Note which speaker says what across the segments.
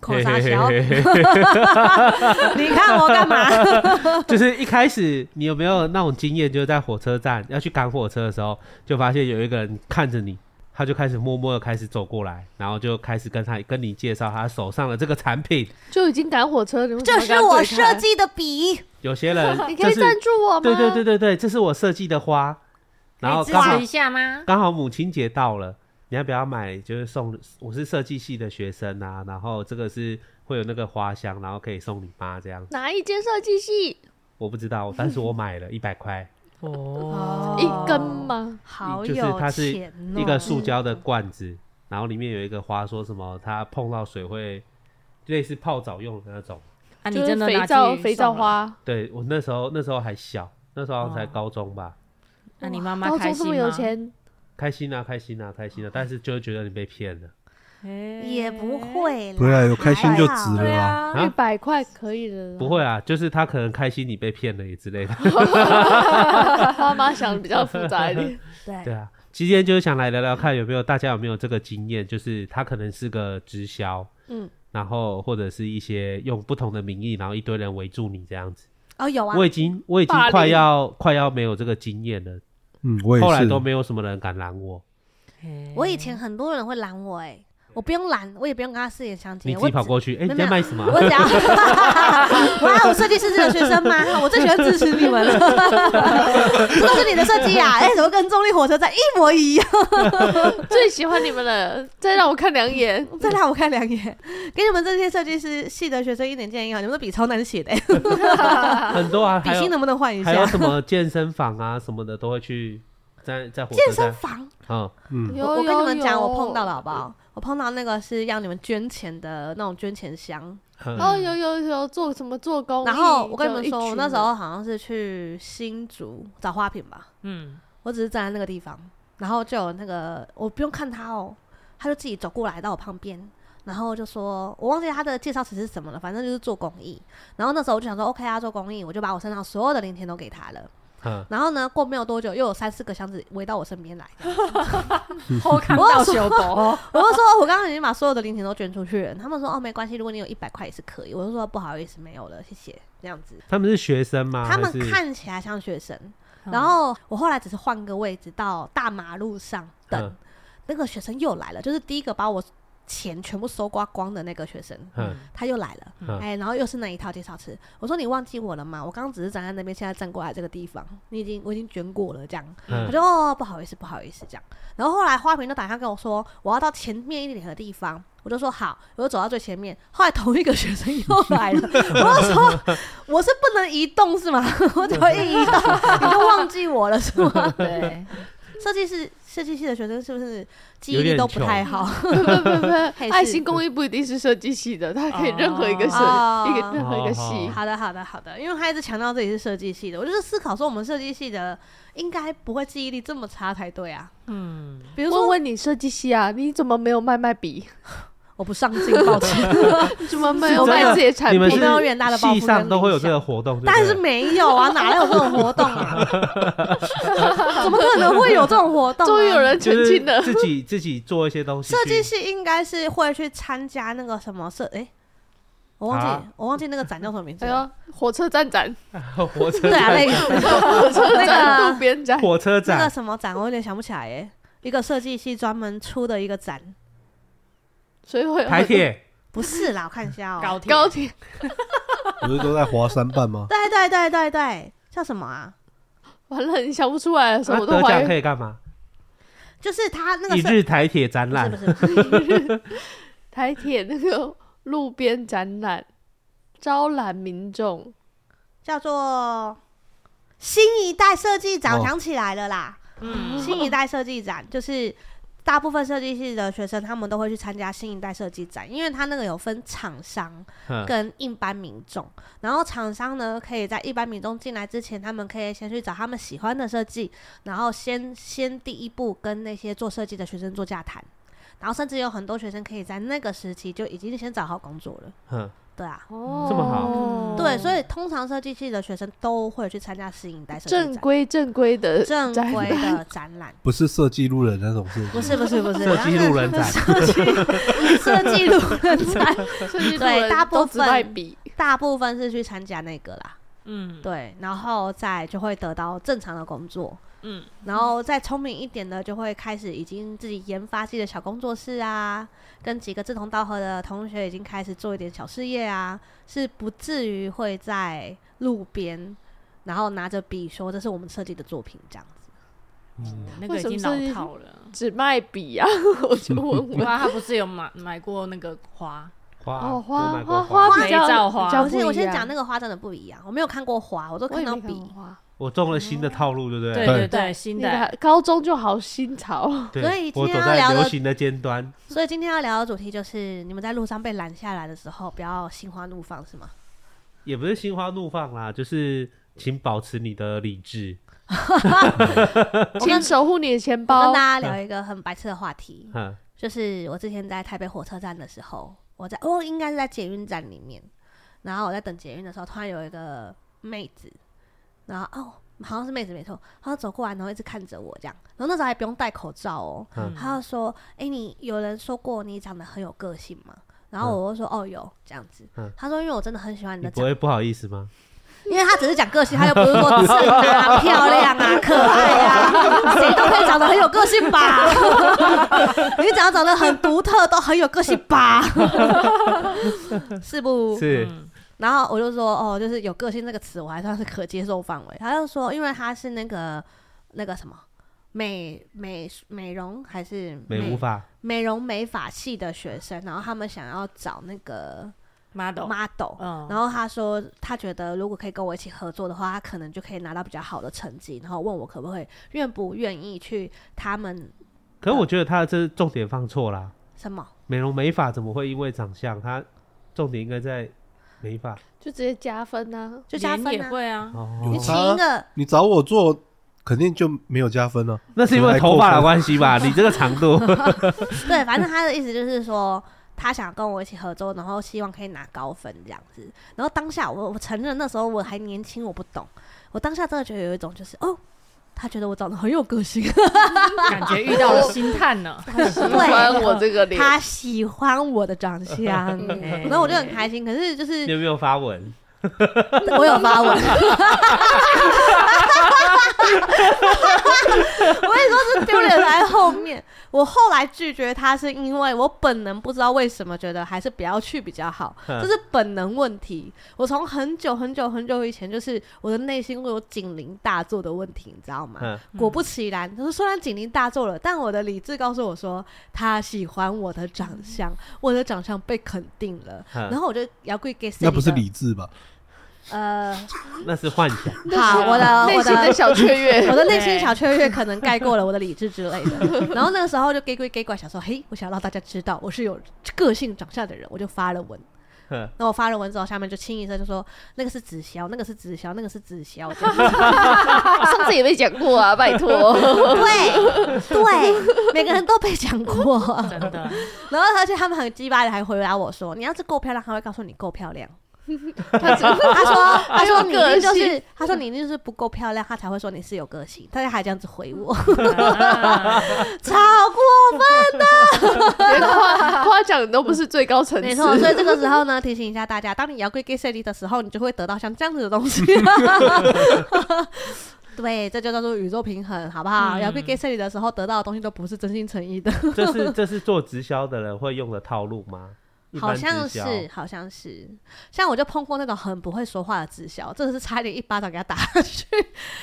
Speaker 1: 口傻小，
Speaker 2: 嘿嘿嘿
Speaker 1: 你看我干 嘛？
Speaker 2: 就是一开始你有没有那种经验，就是在火车站要去赶火车的时候，就发现有一个人看着你，他就开始默默的开始走过来，然后就开始跟他跟你介绍他手上的这个产品。
Speaker 3: 就已经赶火车，你为什
Speaker 1: 这
Speaker 3: 么
Speaker 1: 是
Speaker 3: 要
Speaker 1: 我
Speaker 3: 对
Speaker 1: 设
Speaker 3: 看，
Speaker 1: 计的笔，
Speaker 2: 有些人
Speaker 3: 你可
Speaker 2: 就
Speaker 3: 以
Speaker 2: 是
Speaker 3: 赞助我吗？
Speaker 2: 对对对对对，这是我设计的花，然后
Speaker 4: 支
Speaker 2: 刚好
Speaker 4: 持一下吗？
Speaker 2: 刚好母亲节到了，你要不要买？就是送我是设计系的学生啊，然后这个是会有那个花香，然后可以送你妈这样。
Speaker 3: 哪一间设计系？
Speaker 2: 我不知道，但是我买了一百块。
Speaker 1: 哦
Speaker 3: 一根吗？
Speaker 1: 好
Speaker 2: 就
Speaker 1: 有钱
Speaker 2: 是
Speaker 1: 哦！
Speaker 2: 它是一
Speaker 3: 嗯
Speaker 2: 个塑胶的罐子，然后里面有一个花，说什么它碰到水会类似泡澡用的那种。
Speaker 4: 啊，你
Speaker 3: 就
Speaker 4: 真
Speaker 3: 是
Speaker 4: 的
Speaker 3: 肥
Speaker 4: 拿
Speaker 3: 皂
Speaker 4: 去
Speaker 3: 肥皂
Speaker 4: 送了，
Speaker 3: 花，
Speaker 2: 对我那时候那时候还小，那时候好像才
Speaker 4: 哦
Speaker 2: 高中吧，
Speaker 4: 那你妈妈
Speaker 3: 高中
Speaker 4: 开
Speaker 3: 这
Speaker 4: 心
Speaker 3: 么
Speaker 4: 吗？
Speaker 3: 有钱，
Speaker 2: 开心啊开心啊开心
Speaker 3: 哦
Speaker 2: 啊，但是就会觉得你被骗了。
Speaker 4: 哎
Speaker 1: 也不会啦，
Speaker 5: 对啊，有开心就值
Speaker 1: 还好
Speaker 5: 了啊。
Speaker 2: 啊
Speaker 3: 一百块可以的，
Speaker 2: 不会啊，就是他可能开心你被骗了也之 类的。
Speaker 3: 妈妈想的比较复杂一点。
Speaker 2: 对
Speaker 1: 对，
Speaker 2: 啊，今天就是想来聊聊看有没有大家有没有这个经验，就是他可能是个直销，
Speaker 3: 嗯，
Speaker 2: 然后或者是一些用不同的名义，然后一堆人围住你这样子。
Speaker 1: 哦有啊
Speaker 2: 我，已经我已经
Speaker 3: 霸
Speaker 2: 快
Speaker 3: 凌
Speaker 2: 要快要没有这个经验了，
Speaker 5: 嗯，我也
Speaker 2: 后来
Speaker 5: 是。
Speaker 2: 都没有什么人敢拦我，
Speaker 1: 我以前很多人会拦我，哎，我不用拦，我也不用跟他四眼相接，
Speaker 2: 你自
Speaker 1: 我
Speaker 2: 己跑过去，哎、
Speaker 1: 没有
Speaker 2: 你在卖什么啊？
Speaker 1: 我只要， 哇！我设计师这个学生吗？我最喜欢支持你 们了，这都是你的设计啊！哎、怎么跟中立火车站一模一样？
Speaker 3: 最喜欢你们了，再让我看两眼。
Speaker 1: 再让我看两眼，给你们这些设计师系的学生一点建议啊！你们的笔超难写的、哎
Speaker 2: 很多啊，
Speaker 1: 笔
Speaker 2: 还
Speaker 1: 芯
Speaker 2: 有
Speaker 1: 能不能换一下
Speaker 2: 还？有什么健身房啊什么的都会去在在火
Speaker 1: 健
Speaker 2: 车
Speaker 1: 身
Speaker 2: 站，
Speaker 1: 房，
Speaker 2: 嗯，
Speaker 5: 嗯，
Speaker 3: 有
Speaker 1: 我我跟你们讲，
Speaker 3: 有
Speaker 1: 我碰到了好不好？我碰到那个是要你们捐钱的那种捐钱箱，
Speaker 2: 嗯
Speaker 3: 哦，有有有做什么做工益？
Speaker 1: 然后我跟你们
Speaker 3: 就一
Speaker 1: 说，我
Speaker 3: 群
Speaker 1: 那时
Speaker 3: 人
Speaker 1: 候好像是去新竹找花瓶吧，
Speaker 4: 嗯，
Speaker 1: 我只是站在那个地方，然后就有那个我不用看他哦，他就自己走过来到我旁边，然后就说，我忘记他的介绍词是什么了，反正就是做公益。然后那时候我就想说，OK 啊，做公益，我就把我身上所有的零钱都给他了。
Speaker 2: 嗯，
Speaker 1: 然后呢，过没有多久，又有三四个箱子围到我身 边来，
Speaker 4: 后看
Speaker 1: 我
Speaker 4: 到
Speaker 1: 说
Speaker 4: 修博，
Speaker 1: 我就说，我刚刚已经把所有的零钱都捐出去了。他们说，哦，没关系，如果你有一百块也是可以。我就说，不好意思，没有了，谢谢。这样子，
Speaker 2: 他们是学生吗？
Speaker 1: 他们
Speaker 2: 还是
Speaker 1: 看起来像学生，然后我后来只是换个位置到大马路上等，
Speaker 2: 嗯
Speaker 1: 那个学生又来了，就是第一个把我钱全部搜刮光的那个学生，
Speaker 2: 嗯
Speaker 1: 他又来了，
Speaker 2: 嗯
Speaker 1: 哎，然后又是那一套介绍词。我说你忘记我了吗？我刚刚只是站在那边，现在站过来这个地方，你已经我已经卷过了这样。我
Speaker 2: 嗯，
Speaker 1: 就、哦、不好意思，不好意思这样。然后后来花瓶就打电话跟我说，我要到前面一点的地方，我就说好，我就走到最前面。后来同一个学生又来了，我就说我是不能移动是吗？ 我只要一移动，你就忘记我了是吗？
Speaker 4: 对，
Speaker 1: 设计师设计系的学生是不是记
Speaker 2: 有
Speaker 1: 忆力
Speaker 2: 点
Speaker 1: 都不
Speaker 2: 穷
Speaker 1: 太好？
Speaker 3: 不不不
Speaker 1: 还
Speaker 3: 不，
Speaker 1: 是
Speaker 3: 爱心公益不一定是设计系的，它可以任何一个设
Speaker 1: 哦
Speaker 3: 一个任何一个系
Speaker 2: 哦。
Speaker 1: 好的，好的，好的，因为他一直强调自己是设计系的，我就是思考说我们设计系的应该不会记忆力这么差才对啊。
Speaker 4: 嗯，
Speaker 1: 比如
Speaker 3: 问
Speaker 1: 说
Speaker 3: 问你设计系啊，你怎么没有卖 卖笔？
Speaker 1: 我不上进，抱歉，
Speaker 3: 你怎么没有
Speaker 2: 真的
Speaker 3: 卖自己的产
Speaker 2: 你
Speaker 3: 品
Speaker 2: 们？是
Speaker 1: 我没有远大的抱负
Speaker 2: 系上
Speaker 1: 跟
Speaker 2: 都会有
Speaker 1: 理
Speaker 2: 这个活动，对不
Speaker 1: 但是
Speaker 2: 对
Speaker 1: 没有 啊，哪来有这种活动啊？怎么可能会有这种活动、啊？
Speaker 3: 终于有人
Speaker 2: 就
Speaker 3: 澄清了
Speaker 2: 是。自己自己做一些东西去，
Speaker 1: 设计系应该是会去参加那个什么设诶我忘记、
Speaker 2: 啊
Speaker 1: 我忘记那个展叫什么名字
Speaker 3: 哎
Speaker 1: 了。
Speaker 3: 呦， 火车站展，
Speaker 2: 火车
Speaker 1: 对啊，
Speaker 2: 站
Speaker 1: 那个
Speaker 3: 火车
Speaker 1: 那
Speaker 3: 站
Speaker 1: 个
Speaker 3: 路边站，
Speaker 2: 火车
Speaker 1: 那个
Speaker 2: 站
Speaker 1: 什么展，我有点想不起来耶。一个设计系专门出的一个展，
Speaker 3: 所以会有
Speaker 2: 台铁
Speaker 1: 不是啦，我看一下哦、？
Speaker 4: 高铁
Speaker 3: 高铁
Speaker 5: 不是都在华山办吗
Speaker 1: 对对对对对，叫什么啊？
Speaker 3: 完了，你想不出来的时候，
Speaker 2: 那
Speaker 3: 我都
Speaker 2: 得
Speaker 3: 怀
Speaker 2: 奖
Speaker 3: 疑
Speaker 2: 啊可以干嘛？
Speaker 1: 就是他那个
Speaker 2: 一
Speaker 1: 设
Speaker 2: 日台铁展
Speaker 1: 不是
Speaker 2: 览
Speaker 1: 不是不是，
Speaker 3: 台铁那个路边展览招揽民众，
Speaker 1: 叫做新一代设计展，
Speaker 5: 哦
Speaker 1: 我想起来了啦。
Speaker 4: 嗯，
Speaker 1: 新一代设计展就是大部分设计系的学生，他们都会去参加新一代设计展，因为他那个有分厂商
Speaker 2: 嗯
Speaker 1: 跟一般民众，然后厂商呢可以在一般民众进来之前，他们可以先去找他们喜欢的设计，然后先先第一步跟那些做设计的学生做洽谈，然后甚至有很多学生可以在那个时期就已经先找好工作了，
Speaker 2: 嗯，
Speaker 1: 对啊。
Speaker 3: 哦
Speaker 2: 这么
Speaker 4: 好
Speaker 1: 对，所
Speaker 3: 以
Speaker 1: 以通常设计系的学生都会去参加新一代设
Speaker 3: 正
Speaker 1: 计展，
Speaker 3: 规正规的
Speaker 1: 正
Speaker 3: 展
Speaker 1: 规
Speaker 3: 览
Speaker 1: 的展览。
Speaker 5: 不是设计路人那种是？
Speaker 1: 不是不是不是，
Speaker 2: 设计路人
Speaker 1: 然
Speaker 2: 展
Speaker 1: 后设计 设计路人展，
Speaker 3: 设计路
Speaker 1: 对
Speaker 3: 人
Speaker 1: 大
Speaker 3: 都
Speaker 1: 部
Speaker 3: 只卖
Speaker 1: 分
Speaker 3: 笔，
Speaker 1: 大部分是去参加那个啦，
Speaker 4: 嗯，
Speaker 1: 对，然后再就会得到正常的工作，
Speaker 4: 嗯，
Speaker 1: 然后再聪明一点的就会开始已经自己研发自己的小工作室啊，跟几个志同道合的同学已经开始做一点小事业啊，是不至于会在路边，然后拿着笔说这是我们设计的作品这样子，
Speaker 5: 嗯
Speaker 4: 那个已经老套了。
Speaker 3: 只卖笔啊！ 我就问问，
Speaker 4: 哇，他不是有买买过那个花？
Speaker 2: 花
Speaker 3: 哦，花
Speaker 2: 有买过
Speaker 3: 花
Speaker 2: 花
Speaker 3: 比较
Speaker 4: 肥皂花
Speaker 3: 比较
Speaker 1: 啊我
Speaker 3: 不
Speaker 1: 先我
Speaker 3: 一
Speaker 1: 先
Speaker 3: 样
Speaker 1: 讲那个花真的不一样，我没有看过花，我都
Speaker 3: 我
Speaker 1: 看
Speaker 3: 也
Speaker 1: 到
Speaker 3: 没看
Speaker 1: 笔
Speaker 3: 过。花，
Speaker 2: 我中了新的套路，对不
Speaker 4: 对
Speaker 2: 对？
Speaker 5: 对
Speaker 4: 对对，新
Speaker 3: 你
Speaker 4: 的
Speaker 3: 的 高中就好新潮，
Speaker 2: 对
Speaker 1: 所以今
Speaker 2: 我
Speaker 1: 天
Speaker 2: 走
Speaker 1: 要
Speaker 2: 在
Speaker 1: 聊的
Speaker 2: 流行的尖端，
Speaker 1: 所以今天要聊的主题就是，你们在路上被拦下来的时候，不要心花怒放，是吗？
Speaker 2: 也不是心花怒放啦，就是请保持你的理智。
Speaker 3: 请守护你的钱
Speaker 1: 我
Speaker 3: 包
Speaker 1: 跟大。家聊一个很白痴的话题，
Speaker 2: 嗯，
Speaker 1: 就是我之前在台北火车站的时候，我在哦，应该是在捷运站里面，然后我在等捷运的时候，突然有一个妹子，然后哦，好像是妹子没错，她走过来，然后一直看着我这样，然后那时候还不用戴口罩哦，
Speaker 2: 嗯
Speaker 1: 她就说：“哎、你有人说过你长得很有个性吗？”然后我就说：“哦，有这样子。
Speaker 2: 嗯
Speaker 1: 她说：“因为我真的很喜欢你的
Speaker 2: 你不
Speaker 1: 长
Speaker 2: 会不好意思吗？
Speaker 1: 因为他只是讲个性，他又不是说正啊、漂亮啊、可爱啊， 谁都可以长得很有个性吧？你只要长得很独特，都很有个性 吧？是不？
Speaker 2: 是，
Speaker 4: 嗯
Speaker 1: 然后我就说，哦，就是有个性这个词，我还算是可接受范围。他就说，因为他是那个那个什么美美美容还是
Speaker 2: 美无法，
Speaker 1: 美容美发系的学生，然后他们想要找那个
Speaker 4: model，
Speaker 1: model，
Speaker 4: 嗯，
Speaker 1: 然后他说，他觉得如果可以跟我一起合作的话，他可能就可以拿到比较好的成绩。然后问我可不可以，愿不愿意去他们
Speaker 2: 可是我觉得他这重点放错啦。
Speaker 1: 什么？
Speaker 2: 美容美发怎么会因为长相？他重点应该在美发
Speaker 3: 就直接加分啊！
Speaker 1: 就加
Speaker 4: 脸
Speaker 1: 分
Speaker 4: 也
Speaker 1: 啊！
Speaker 4: 会啊，
Speaker 2: 哦
Speaker 5: 有
Speaker 1: 你
Speaker 5: 差
Speaker 1: 请一个，
Speaker 5: 你找我做，肯定就没有加分啊了。
Speaker 2: 那是因为头发的关系吧？你这个长 度，
Speaker 1: 对，反正他的意思就是说，他想跟我一起合作，然后希望可以拿高分这样子。然后当下我我承认那时候我还年轻，我不懂，我当下真的觉得有一种就是哦，他觉得我长得很有个性，
Speaker 4: 感觉遇到了星 探呢。啊
Speaker 3: 喜欢我这个 脸，
Speaker 1: 他喜欢我的长相。
Speaker 4: 嗯
Speaker 1: 然后我就很开心，可是就是
Speaker 2: 你有没有发文？
Speaker 1: 我有发 文，我跟你说是丢脸在后面。我后来拒绝他，是因为我本能不知道为什么觉得还是不要去比较好，
Speaker 2: 嗯
Speaker 1: 这是本能问题。我从很久很久很久以前，就是我的内心会有警铃大作的问题，你知道吗？
Speaker 2: 嗯，
Speaker 1: 果不其然，就是虽然警铃大作了，但我的理智告诉我说，他喜欢我的长相，我的长相被肯定了。
Speaker 2: 嗯
Speaker 1: 然后我就摇柜给
Speaker 5: 那不是理智吧？
Speaker 1: 呃，
Speaker 2: 那是幻想。
Speaker 1: 好， 我的
Speaker 3: 内
Speaker 1: 呃我
Speaker 3: 心的
Speaker 1: 的
Speaker 3: 小雀 跃
Speaker 1: 我的内心小雀跃可能盖过了我的理智之类 的。然后那个时候就 gay 鬼 gay 怪，想说，嘿，我想让大家知道我是有个性长相的人，我就发了文。
Speaker 2: 呵
Speaker 1: 那我发了文之后，下面就清一色就说那个是直销，那个是直销，那个是直销。 这样子
Speaker 3: 上次也被讲过啊，拜 托。
Speaker 1: 对对，每个人都被讲过。
Speaker 4: 真的，
Speaker 1: 然后而且他们很鸡巴的还回答我说，你要是够漂亮，他会告诉你够漂亮。
Speaker 3: 他只
Speaker 1: 他 说：“他说
Speaker 3: 很
Speaker 1: 你
Speaker 3: 有
Speaker 1: 一定就
Speaker 3: 个性
Speaker 1: 是，他说你一定就是不够漂亮，他才会说你是有个性。”大家还这样子回我，超过分。
Speaker 3: 连夸夸奖都不是最高层
Speaker 1: 没错，
Speaker 3: 次。
Speaker 1: 所以这个时候 呢，提醒一下大家，当你要跪 gay 设计的时候，你就会得到像这样子的东 西。对，这就叫做宇宙平衡，好不好？
Speaker 4: 嗯
Speaker 1: 要跪 gay 设计的时候，得到的东西都不是真心诚意的，
Speaker 2: 这是这是做直销的人会用的套路吗？一般
Speaker 1: 好像
Speaker 2: 直销
Speaker 1: 是，好像是。像我就碰过那种很不会说话的直销，真的是差一点一巴掌给他打下去。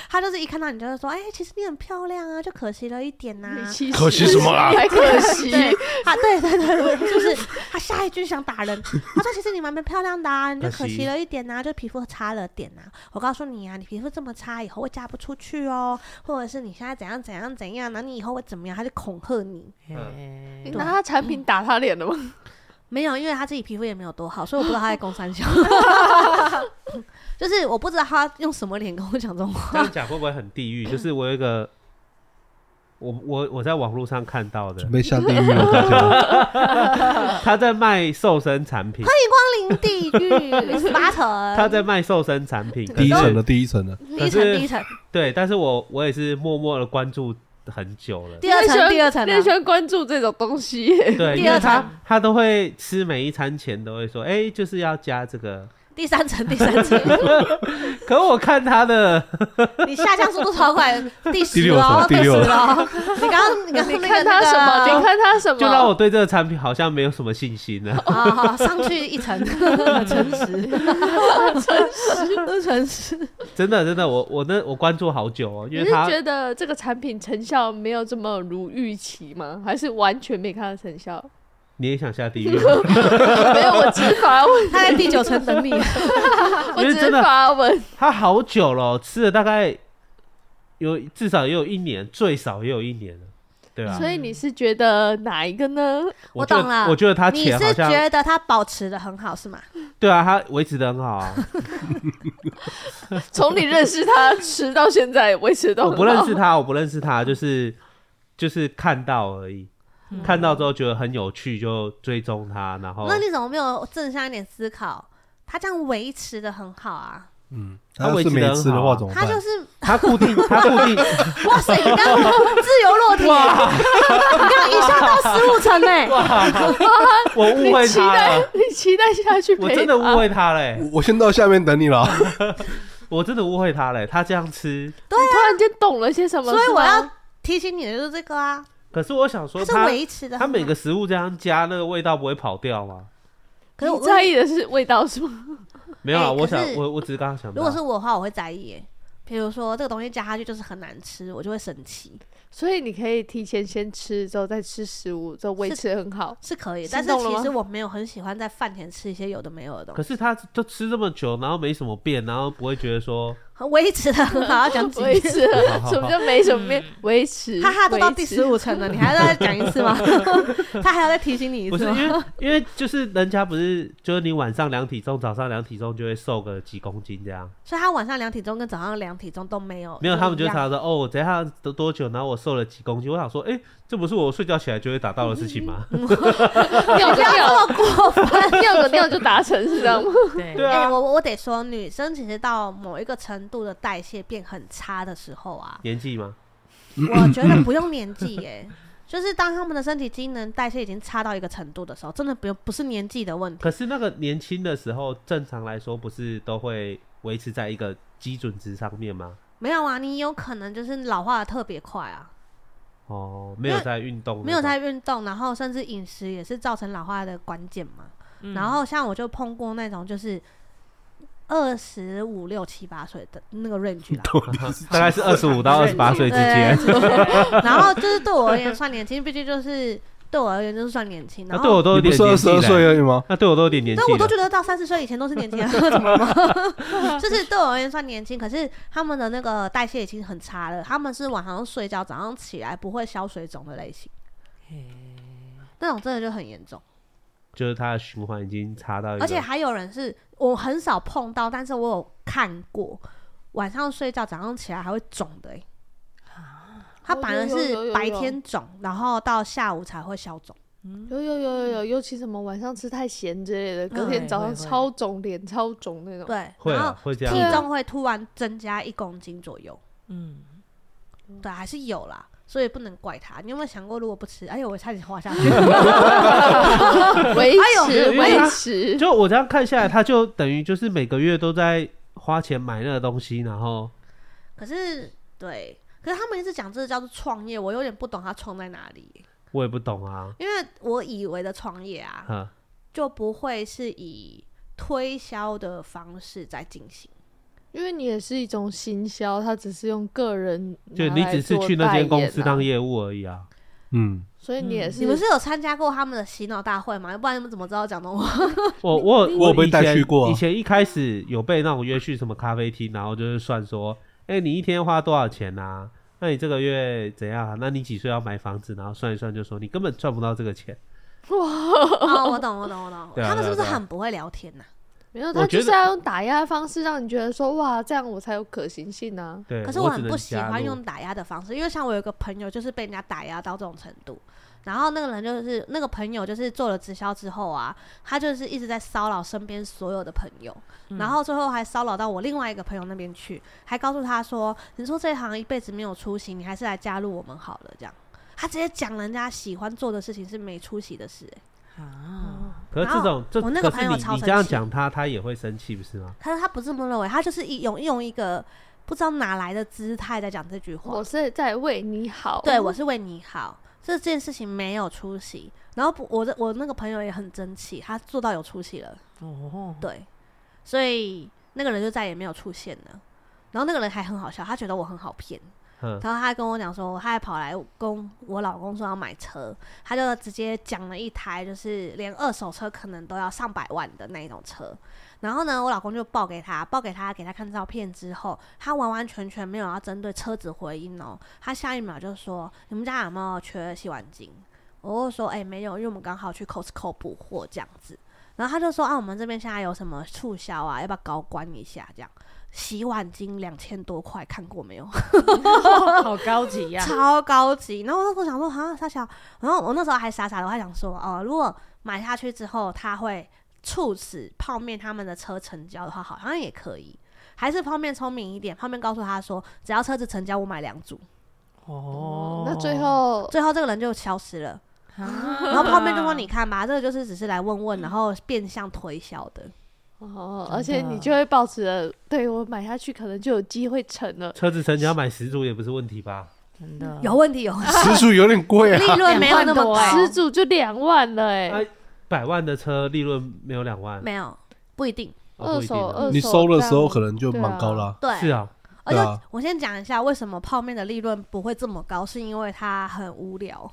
Speaker 1: 他就是一看到你就会说：“哎、其实你很漂亮啊，就可惜了一点啊呐、
Speaker 3: 你其实
Speaker 5: 可惜什么啊
Speaker 3: 还可惜，
Speaker 1: 对，啊，对对对， 对就是他下一句想打人，他说其实你蛮漂亮的啊，你就
Speaker 2: 可
Speaker 1: 可惜
Speaker 2: 惜
Speaker 1: 了一点呐、就皮肤差了点呐、我告诉你啊，你皮肤这么差，以后会嫁不出去哦，或者是你现在怎样怎样怎样，然后你以后会怎么样，他就恐吓你。
Speaker 3: 你
Speaker 4: 嗯
Speaker 3: 拿他产品打他脸了
Speaker 1: 嗯
Speaker 3: 吗？
Speaker 1: 没有，因为他自己皮肤也没有多好，所以我不知道他在攻 三小，就是我不知道他用什么脸跟我讲这种
Speaker 2: 这
Speaker 1: 话
Speaker 2: 样。讲会不会很地狱？就是我有一个，我我我在网络上看到的
Speaker 5: 准，备下地狱 了，大家。
Speaker 2: 他在卖瘦身产品，
Speaker 1: 光临地狱十八层，
Speaker 2: 他在卖瘦身产品，
Speaker 5: 第一
Speaker 2: 可是
Speaker 5: 层的第一层的，
Speaker 1: 第一层
Speaker 2: 可是
Speaker 1: 第一层，
Speaker 2: 对，但是我我也是默默的关注很久了。
Speaker 1: 第二层第二层
Speaker 3: 你很喜
Speaker 1: 啊，
Speaker 3: 欢关注这种东西耶，
Speaker 2: 对，
Speaker 1: 第
Speaker 2: 因为
Speaker 1: 二
Speaker 2: 他
Speaker 1: 层
Speaker 2: 他都会吃每一餐前都会说，哎、就是要加这个。
Speaker 1: 第三层第三 层。
Speaker 2: 可我看他的，
Speaker 1: 你下降速度超快，第
Speaker 5: 第
Speaker 1: 十
Speaker 5: 六
Speaker 1: 喽，
Speaker 5: 层第
Speaker 1: 十
Speaker 5: 六
Speaker 1: 喽。你刚刚你刚刚
Speaker 3: 你
Speaker 1: 那个
Speaker 3: 看他什么？
Speaker 1: 那个
Speaker 3: 你看他什
Speaker 1: 哦
Speaker 3: 么？
Speaker 2: 就让我对这个产品好像没有什么信 心了。
Speaker 1: 啊，好上去一层，诚实，诚实，诚实。
Speaker 2: 真的真的，我我那我关注好久哦，
Speaker 3: 你
Speaker 2: 因为
Speaker 3: 是
Speaker 2: 他
Speaker 3: 觉得这个产品成效没有这么如预期吗？还是完全没看到成 效？
Speaker 2: 你也想下地狱吗，
Speaker 3: 没有，我只是发问，
Speaker 1: 他在第九层等你，
Speaker 3: 我
Speaker 2: 因为
Speaker 3: 只
Speaker 2: 真
Speaker 3: 是
Speaker 2: 的
Speaker 3: 发问。
Speaker 2: 他好久了哦，吃了大概有至少也有一年，最少也有一年了，对吧？
Speaker 3: 所以你是觉得哪一个呢？
Speaker 2: 我觉得
Speaker 1: 我懂了
Speaker 2: 我觉得他
Speaker 1: 啊你
Speaker 2: 钱好
Speaker 1: 是
Speaker 2: 像
Speaker 1: 觉得他保持的很好是吗？
Speaker 2: 对啊，他维持的很好啊。
Speaker 3: 从你认识他吃到现在，维持到
Speaker 2: 我不认识他，我不认识他，就是就是看到而已。看到之后觉得很有趣，就追踪他，然后
Speaker 1: 嗯那你怎么没有正向一点思考？他这样维持的很好啊，
Speaker 5: 嗯，
Speaker 2: 他
Speaker 5: 他要
Speaker 2: 维持
Speaker 5: 是
Speaker 2: 得
Speaker 5: 没
Speaker 2: 很
Speaker 5: 吃的
Speaker 2: 好啊
Speaker 5: 话怎么
Speaker 1: 他
Speaker 5: 办？
Speaker 1: 就是
Speaker 2: 他固定他固 定
Speaker 1: 哇塞，你刚刚自由落体，你
Speaker 2: 哇
Speaker 1: 刚刚一下到十五层哎，
Speaker 2: 哇，我误会
Speaker 3: 你期
Speaker 2: 他
Speaker 3: 待
Speaker 2: 了，，
Speaker 3: 你期待下去陪
Speaker 2: 我真的
Speaker 1: 啊
Speaker 3: 他
Speaker 2: 误会他嘞，
Speaker 5: 我我先到下面等你了。
Speaker 2: 我真的误会他嘞，他这样吃，
Speaker 3: 啊你突然间懂了些什么，
Speaker 1: 所以
Speaker 3: 是吗
Speaker 1: 我要提醒你的就是这个啊，
Speaker 2: 可是我想
Speaker 1: 他
Speaker 2: 说
Speaker 1: 是
Speaker 2: 他
Speaker 1: 维持的，
Speaker 2: 他每个，食物这样加，那个味道不会跑掉吗？
Speaker 1: 可是
Speaker 3: 你
Speaker 1: 我
Speaker 3: 在意的是味道是吗？
Speaker 2: 没有啊，
Speaker 1: 哎
Speaker 2: 我
Speaker 1: 可
Speaker 2: 想
Speaker 1: 是
Speaker 2: 我我只是刚刚想到，
Speaker 1: 如果是我的话，我会在意耶。比如说这个东西加下去就是很难吃，我就会生气，
Speaker 3: 所以你可以提前先吃，之后再吃食物，就维持得很好。
Speaker 1: 是可以。
Speaker 3: 心
Speaker 1: 但是
Speaker 3: 动了
Speaker 1: 其
Speaker 3: 吗
Speaker 1: 实我没有很喜欢在饭前吃一些有的没有的东
Speaker 2: 可
Speaker 1: 西，
Speaker 2: 是他都吃这么久，然后没什么变，然后不会觉得说
Speaker 1: 很维持 的很好，要讲几
Speaker 3: 维
Speaker 1: 遍。嗯
Speaker 3: 持了什么叫没什么变？维 持，
Speaker 1: 哈哈，都到第
Speaker 3: 维持
Speaker 1: 十五层了，你还要再讲一次 吗？ 他还要再提醒你一
Speaker 2: 不是
Speaker 1: 次吗？
Speaker 2: 因为因为就是人家不是就是你晚上量体重，早上量体重就会瘦个几公斤这样，
Speaker 1: 所以他晚上量体重跟早上量体重都没有，
Speaker 2: 没有他们就
Speaker 1: 一样哎
Speaker 2: 常常说哦，我等一下多多久，然后我瘦了几公斤，我想说，哎、这不是我睡觉起来就会达到的事情吗？
Speaker 1: 嗯
Speaker 3: 尿个尿， 尿个尿就达成是这样吗？
Speaker 4: 对
Speaker 2: 对
Speaker 1: 哎、
Speaker 2: 啊，
Speaker 1: 我我得说，女生其实到某一个程度的代谢变很差的时候啊，
Speaker 2: 年纪嘛，
Speaker 1: 我觉
Speaker 2: 嗯
Speaker 1: 得不用年纪耶、就是当他们的身体机能代谢已经差到一个程度的时候，真的不用不是年纪的问题。
Speaker 2: 可是那个年轻的时候，正常来说不是都会维持在一个基准值上面吗？
Speaker 1: 没有啊，你有可能就是老化的特别快啊，
Speaker 2: 哦，没有
Speaker 1: 因为
Speaker 2: 在运动，
Speaker 1: 没有在，运动，然后甚至饮食也是造成老化的关键嘛。
Speaker 4: 嗯
Speaker 1: 然后像我就碰过那种就是二十五六七八岁的那个 range 啦，
Speaker 2: 大概是二十五到二十八岁之间。
Speaker 1: 对，然后就是对我而言算年轻，毕竟就是对我而言就是算年轻。
Speaker 2: 那
Speaker 1: 然
Speaker 2: 对
Speaker 1: 后
Speaker 2: 我都有
Speaker 5: 你不
Speaker 2: 点
Speaker 5: 是二
Speaker 2: 年
Speaker 5: 十
Speaker 2: 纪
Speaker 5: 二岁哦
Speaker 2: 了，
Speaker 5: 而已吗？
Speaker 2: 那对我都有点年纪
Speaker 1: 但我都
Speaker 2: 了。
Speaker 1: 觉得到三十岁以前都是年轻啊， 怎么了？就是对我而言算年轻，可是他们的那个代谢已经很差了，他们是晚上睡觉，早上起来不会消水肿的类型，那种真的就很严重。
Speaker 2: 就是它的循环已经差到一个，
Speaker 1: 而且还有人是我很少碰到，但是我有看过，晚上睡觉早上起来还会肿的、欸。他
Speaker 3: 有
Speaker 1: 反而
Speaker 3: 有有有
Speaker 1: 是
Speaker 3: 有
Speaker 1: 白天肿，然后到下午才会消肿。
Speaker 3: 有有有有有，尤其什么晚上吃太咸之类的，隔
Speaker 1: 嗯
Speaker 3: 天
Speaker 4: 会
Speaker 3: 早上
Speaker 4: 会
Speaker 3: 超肿，脸超肿那种。
Speaker 1: 对，
Speaker 2: 会
Speaker 1: 然
Speaker 2: 啊
Speaker 1: 后
Speaker 2: 会这
Speaker 1: 体
Speaker 2: 样，
Speaker 1: 重会突然增加一公斤左右，
Speaker 4: 嗯，
Speaker 1: 对，啊还是有啦，所以不能怪他。你有没有想过，如果不吃，哎呦，我差点滑下 去。
Speaker 3: 维持
Speaker 2: 哎呦
Speaker 3: 维持，
Speaker 2: 就我这样看下来，他就等于就是每个月都在花钱买那个东西，然后
Speaker 1: 可是对，可是他们一直讲这个叫做创业，我有点不懂他创在哪里，
Speaker 2: 我也不懂啊，
Speaker 1: 因为我以为的创业啊，
Speaker 2: 哈，
Speaker 1: 就不会是以推销的方式在进行。
Speaker 3: 因为你也是一种行销，它只是用个人拿
Speaker 2: 就你
Speaker 3: 来
Speaker 2: 只是
Speaker 3: 做
Speaker 2: 去那
Speaker 3: 代
Speaker 2: 间公
Speaker 3: 言
Speaker 2: 司
Speaker 3: 啊
Speaker 2: 当业务而已啊。
Speaker 5: 嗯，
Speaker 3: 所以你也
Speaker 4: 嗯
Speaker 3: 是
Speaker 1: 你们是有参加过他们的洗脑大会吗？要不然你们怎么知道讲东话？
Speaker 2: 我我
Speaker 5: 我有被
Speaker 2: 以
Speaker 5: 带
Speaker 2: 前
Speaker 5: 去过啊
Speaker 2: 以前一开始有被那种约去什么咖啡厅，然后就是算说，哎、你一天花多少钱啊？那你这个月怎样、啊？那你几岁要买房子？然后算一算，就说你根本赚不到这个钱。
Speaker 1: 哦，我懂，我懂，我懂。
Speaker 2: 对啊
Speaker 1: 他们是不是
Speaker 2: 对啊对啊
Speaker 1: 很不会聊天呐、
Speaker 3: 没有，
Speaker 2: 我
Speaker 3: 他
Speaker 2: 觉
Speaker 3: 就是
Speaker 2: 得
Speaker 3: 要用打压的方式让你觉得说哇，这样我才有可行性啊。
Speaker 2: 对，
Speaker 1: 可是
Speaker 2: 我
Speaker 1: 很
Speaker 2: 只
Speaker 1: 不
Speaker 2: 能
Speaker 1: 喜
Speaker 2: 加
Speaker 1: 欢
Speaker 2: 入
Speaker 1: 用打压的方式，因为像我有一个朋友，就是被人家打压到这种程度。然后那个人就是那个朋友，就是做了直销之后啊，他就是一直在骚扰身边所有的朋友，
Speaker 2: 嗯
Speaker 1: 然后最后还骚扰到我另外一个朋友那边去，还告诉他说：“你说这行一辈子没有出息，你还是来加入我们好了。”这样，他直接讲人家喜欢做的事情是没出息的事、欸
Speaker 4: 啊，
Speaker 2: 可是
Speaker 1: 然
Speaker 2: 这
Speaker 1: 后
Speaker 2: 种，这
Speaker 1: 我那个
Speaker 2: 可是
Speaker 1: 朋友
Speaker 2: 你
Speaker 1: 超
Speaker 2: 你这
Speaker 1: 生
Speaker 2: 样
Speaker 1: 气
Speaker 2: 讲他，他也会生气，不是吗？
Speaker 1: 可是他不是这么认为，他就是一用用一个不知道哪来的姿态在讲这句话。
Speaker 3: 我是在为你好，
Speaker 1: 对，我是为你好。这件事情没有出席，然后不，我的我那个朋友也很争气，他做到有出席了，
Speaker 4: 哦，
Speaker 1: 对，所以那个人就再也没有出现了。然后那个人还很好笑，他觉得我很好骗，
Speaker 2: 嗯，
Speaker 1: 然后他还跟我讲说，他还跑来跟我老公说要买车，他就直接讲了一台就是连二手车可能都要上百万的那一种车。然后呢，我老公就报给他，报给他，给他看照片之后，他完完全全没有要针对车子回应哦。他下一秒就说：“你们家有没有缺洗碗巾？”我就说：“哎、没有，因为我们刚好去 Costco 补货这样子。”然后他就说：“啊，我们这边现在有什么促销啊？要不要高官一下？这样洗碗巾两千多块，看过没有？”
Speaker 4: 好高级呀，
Speaker 1: 超高级。然后我那时候想说，啊，傻小，然后我那时候还傻傻的，我还想说，哦，如果买下去之后，它会促使泡面他们的车成交的话，好像也可以。还是泡面聪明一点，泡面告诉他说，只要车子成交，我买两组。
Speaker 4: 哦，
Speaker 3: 那最后
Speaker 1: 最后这个人就消失了。
Speaker 4: 啊，
Speaker 1: 然后泡面就说：“你看吧，这个就是只是来问问，然后变相推销的。
Speaker 3: 哦，
Speaker 4: 真
Speaker 3: 而且你
Speaker 4: 的
Speaker 3: 就会抱持了，对我买下去可能就有机会成了。
Speaker 2: 车子成交买十组也不是问题吧？
Speaker 4: 真的
Speaker 1: 有问题，有问题
Speaker 5: 时速有点贵 啊
Speaker 1: 利，润没有那么
Speaker 4: 两万多
Speaker 1: 高
Speaker 4: 哎，
Speaker 3: 失主就两万了哎、
Speaker 2: 哎百万的车利润没有两万，
Speaker 1: 没有不一定。
Speaker 2: 哦
Speaker 3: 二
Speaker 2: 不一定
Speaker 3: 手
Speaker 2: 啊
Speaker 3: 二
Speaker 5: 你
Speaker 3: 手
Speaker 5: 收的
Speaker 3: 这
Speaker 5: 时候
Speaker 3: 样
Speaker 5: 可能就蛮高啦。
Speaker 1: 对，
Speaker 2: 是啊，
Speaker 1: 而
Speaker 5: 对
Speaker 1: 且
Speaker 5: 啊
Speaker 1: 我先讲一下为什么泡面的利润不会这么高，是因为它很无聊，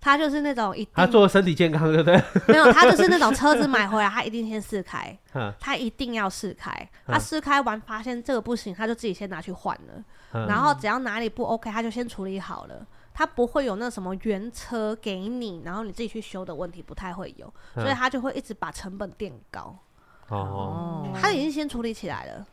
Speaker 1: 它就是那种一定
Speaker 2: 他做身体健康，对不对？
Speaker 1: 没有，它就是那种车子买回来，它一定先试开，
Speaker 2: 嗯
Speaker 1: 它一定要试开，
Speaker 2: 嗯
Speaker 1: 它试开完发现这个不行，它就自己先拿去换了，
Speaker 2: 嗯
Speaker 1: 然后只要哪里不 OK，它就先处理好了。它不会有那什么原车给你，然后你自己去修的问题，不太会有，所以
Speaker 2: 嗯
Speaker 1: 它就会一直把成本垫高。
Speaker 2: 哦，
Speaker 1: 它已经先处理起来了，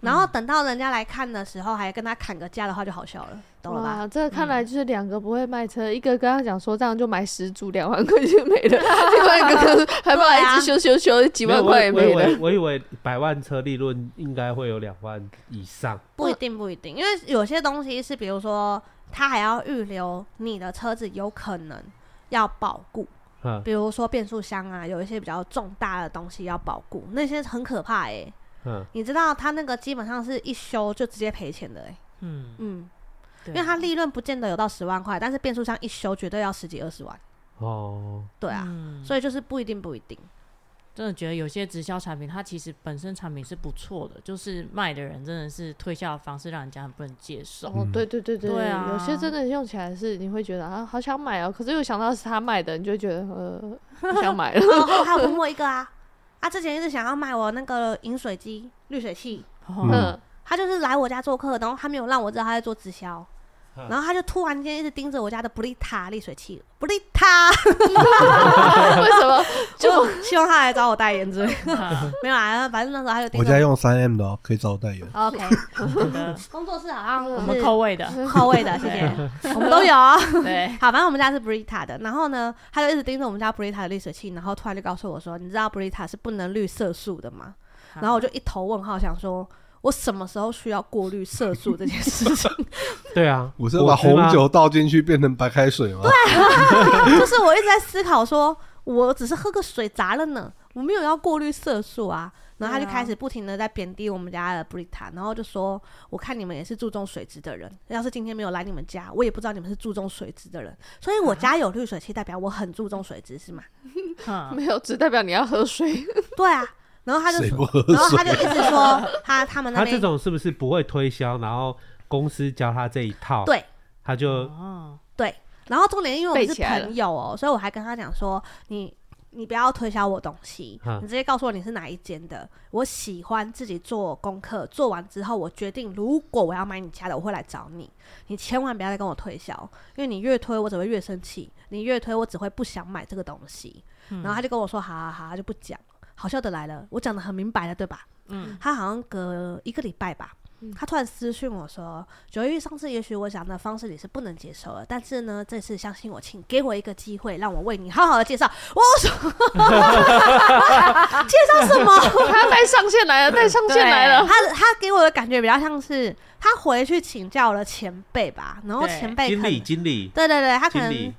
Speaker 1: 然后等到人家来看的时候，还跟他砍个价的话，就好笑了，懂了吧？
Speaker 3: 哇，这个看来就是两个不会卖车，一个跟他讲说这样就买十组，两万块就没 了；另外一个可能还把一直修修修，几万块也
Speaker 2: 没
Speaker 3: 没
Speaker 2: 有我以
Speaker 3: 了。
Speaker 2: 为我以为百万车利润应该会有两万以上，
Speaker 1: 不一定，不一定，因为有些东西是，比如说，它还要预留你的车子有可能要保固，
Speaker 2: 嗯
Speaker 1: 比如说变速箱啊，有一些比较重大的东西要保固，那些很可怕诶、
Speaker 2: 嗯，
Speaker 1: 你知道，它那个基本上是一修就直接赔钱的诶、
Speaker 4: 嗯，
Speaker 1: 嗯，因
Speaker 4: 因
Speaker 1: 为它利润不见得有到十万块，但是变速箱一修绝对要十几二十万，
Speaker 2: 哦，
Speaker 1: 对啊，所以就是不一定，不一定，
Speaker 4: 真的觉得有些直销产品，它其实本身产品是不错的，就是卖的人真的是推销的方式让人家很不能接受。
Speaker 3: 哦，对对对
Speaker 4: 对啊
Speaker 3: 有些真的用起来是你会觉得啊，好想买哦，可是又想到是他卖的，你就会觉得呃，不想买了。
Speaker 1: 然后哦还有问我一个啊，啊，之前一直想要买我那个饮水机、滤水器，
Speaker 4: 哦
Speaker 3: 嗯，
Speaker 1: 他就是来我家做客，然后他没有让我知道他在做直销，然后他就突然间一直盯着我家的布利塔沥水器，布利塔，
Speaker 3: 嗯 为什么？就
Speaker 1: 就希望他来找我代言之类的，没有啊，反正那时候他就盯
Speaker 5: 我家
Speaker 1: 着
Speaker 5: 用三 M 的哦，可以找我代言。
Speaker 1: 我。OK，
Speaker 4: 好的，
Speaker 1: 工作室好像
Speaker 3: 我
Speaker 4: 我
Speaker 1: 是
Speaker 4: 们扣位的，
Speaker 1: 扣位的，谢谢，我们都有哦。
Speaker 4: 对，
Speaker 1: 好，反正我们家是 Brita 的，然后呢，他就一直盯着我们家 Brita 的滤水器，然后突然就告诉我说：“你知道 Brita 是不能滤色素的吗？”然后我就一头问号，想说我什么时候需要过滤色素这件事情？
Speaker 2: 对 啊，
Speaker 5: 我是要把红酒倒进去变成白开水吗？
Speaker 1: 就是我一直在思考说，我只是喝个水砸了呢，我没有要过滤色素啊。然后他就
Speaker 4: 对啊
Speaker 1: 开始不停的在贬低我们家的 Brita，然后就说：“我看你们也是注重水质的人，要是今天没有来你们家，我也不知道你们是注重水质的人。所以我家有滤水器，代表我很注重水质，是吗？
Speaker 4: 嗯
Speaker 3: 没有，只代表你要喝水。
Speaker 1: 对啊。”然后他就
Speaker 5: 谁
Speaker 1: 说
Speaker 5: 不喝
Speaker 1: 然后
Speaker 5: 水
Speaker 1: 他就一直说他他们那
Speaker 2: 他这
Speaker 1: 边
Speaker 2: 种是不是不会推销，然后公司教他这一套，
Speaker 1: 对，
Speaker 2: 他就
Speaker 4: 哦，
Speaker 1: 对，然后重点因为我们
Speaker 3: 背
Speaker 1: 是
Speaker 3: 起来了
Speaker 1: 朋友哦、所以我还跟他讲说，你你不要推销我东西，
Speaker 2: 嗯
Speaker 1: 你直接告诉我你是哪一间的，我喜欢自己做功课，做完之后我决定，如果我要买你家的，我会来找你，你千万不要再跟我推销，因为你越推我只会越生气，你越推我只会不想买这个东西。
Speaker 3: 嗯
Speaker 1: 然后他就跟我说，好好好，他就不讲。好笑的来了，我讲的很明白了，对吧？
Speaker 4: 嗯，
Speaker 1: 他好像隔一个礼拜吧，
Speaker 3: 嗯
Speaker 1: 他突然私讯我说：“九月上次也许我讲的方式你是不能接受的，但是呢，这次相信我，请给我一个机会，让我为你好好的介绍。”我说：“ 介绍什么？
Speaker 3: 他带上线来了，带上线来了。
Speaker 1: 他他给我的感觉比较像是他回去请教了前辈吧，然后
Speaker 4: 对
Speaker 1: 前辈可
Speaker 2: 经
Speaker 1: 能
Speaker 2: 理经理
Speaker 1: 对对对，他可
Speaker 2: 经
Speaker 1: 能
Speaker 2: 理，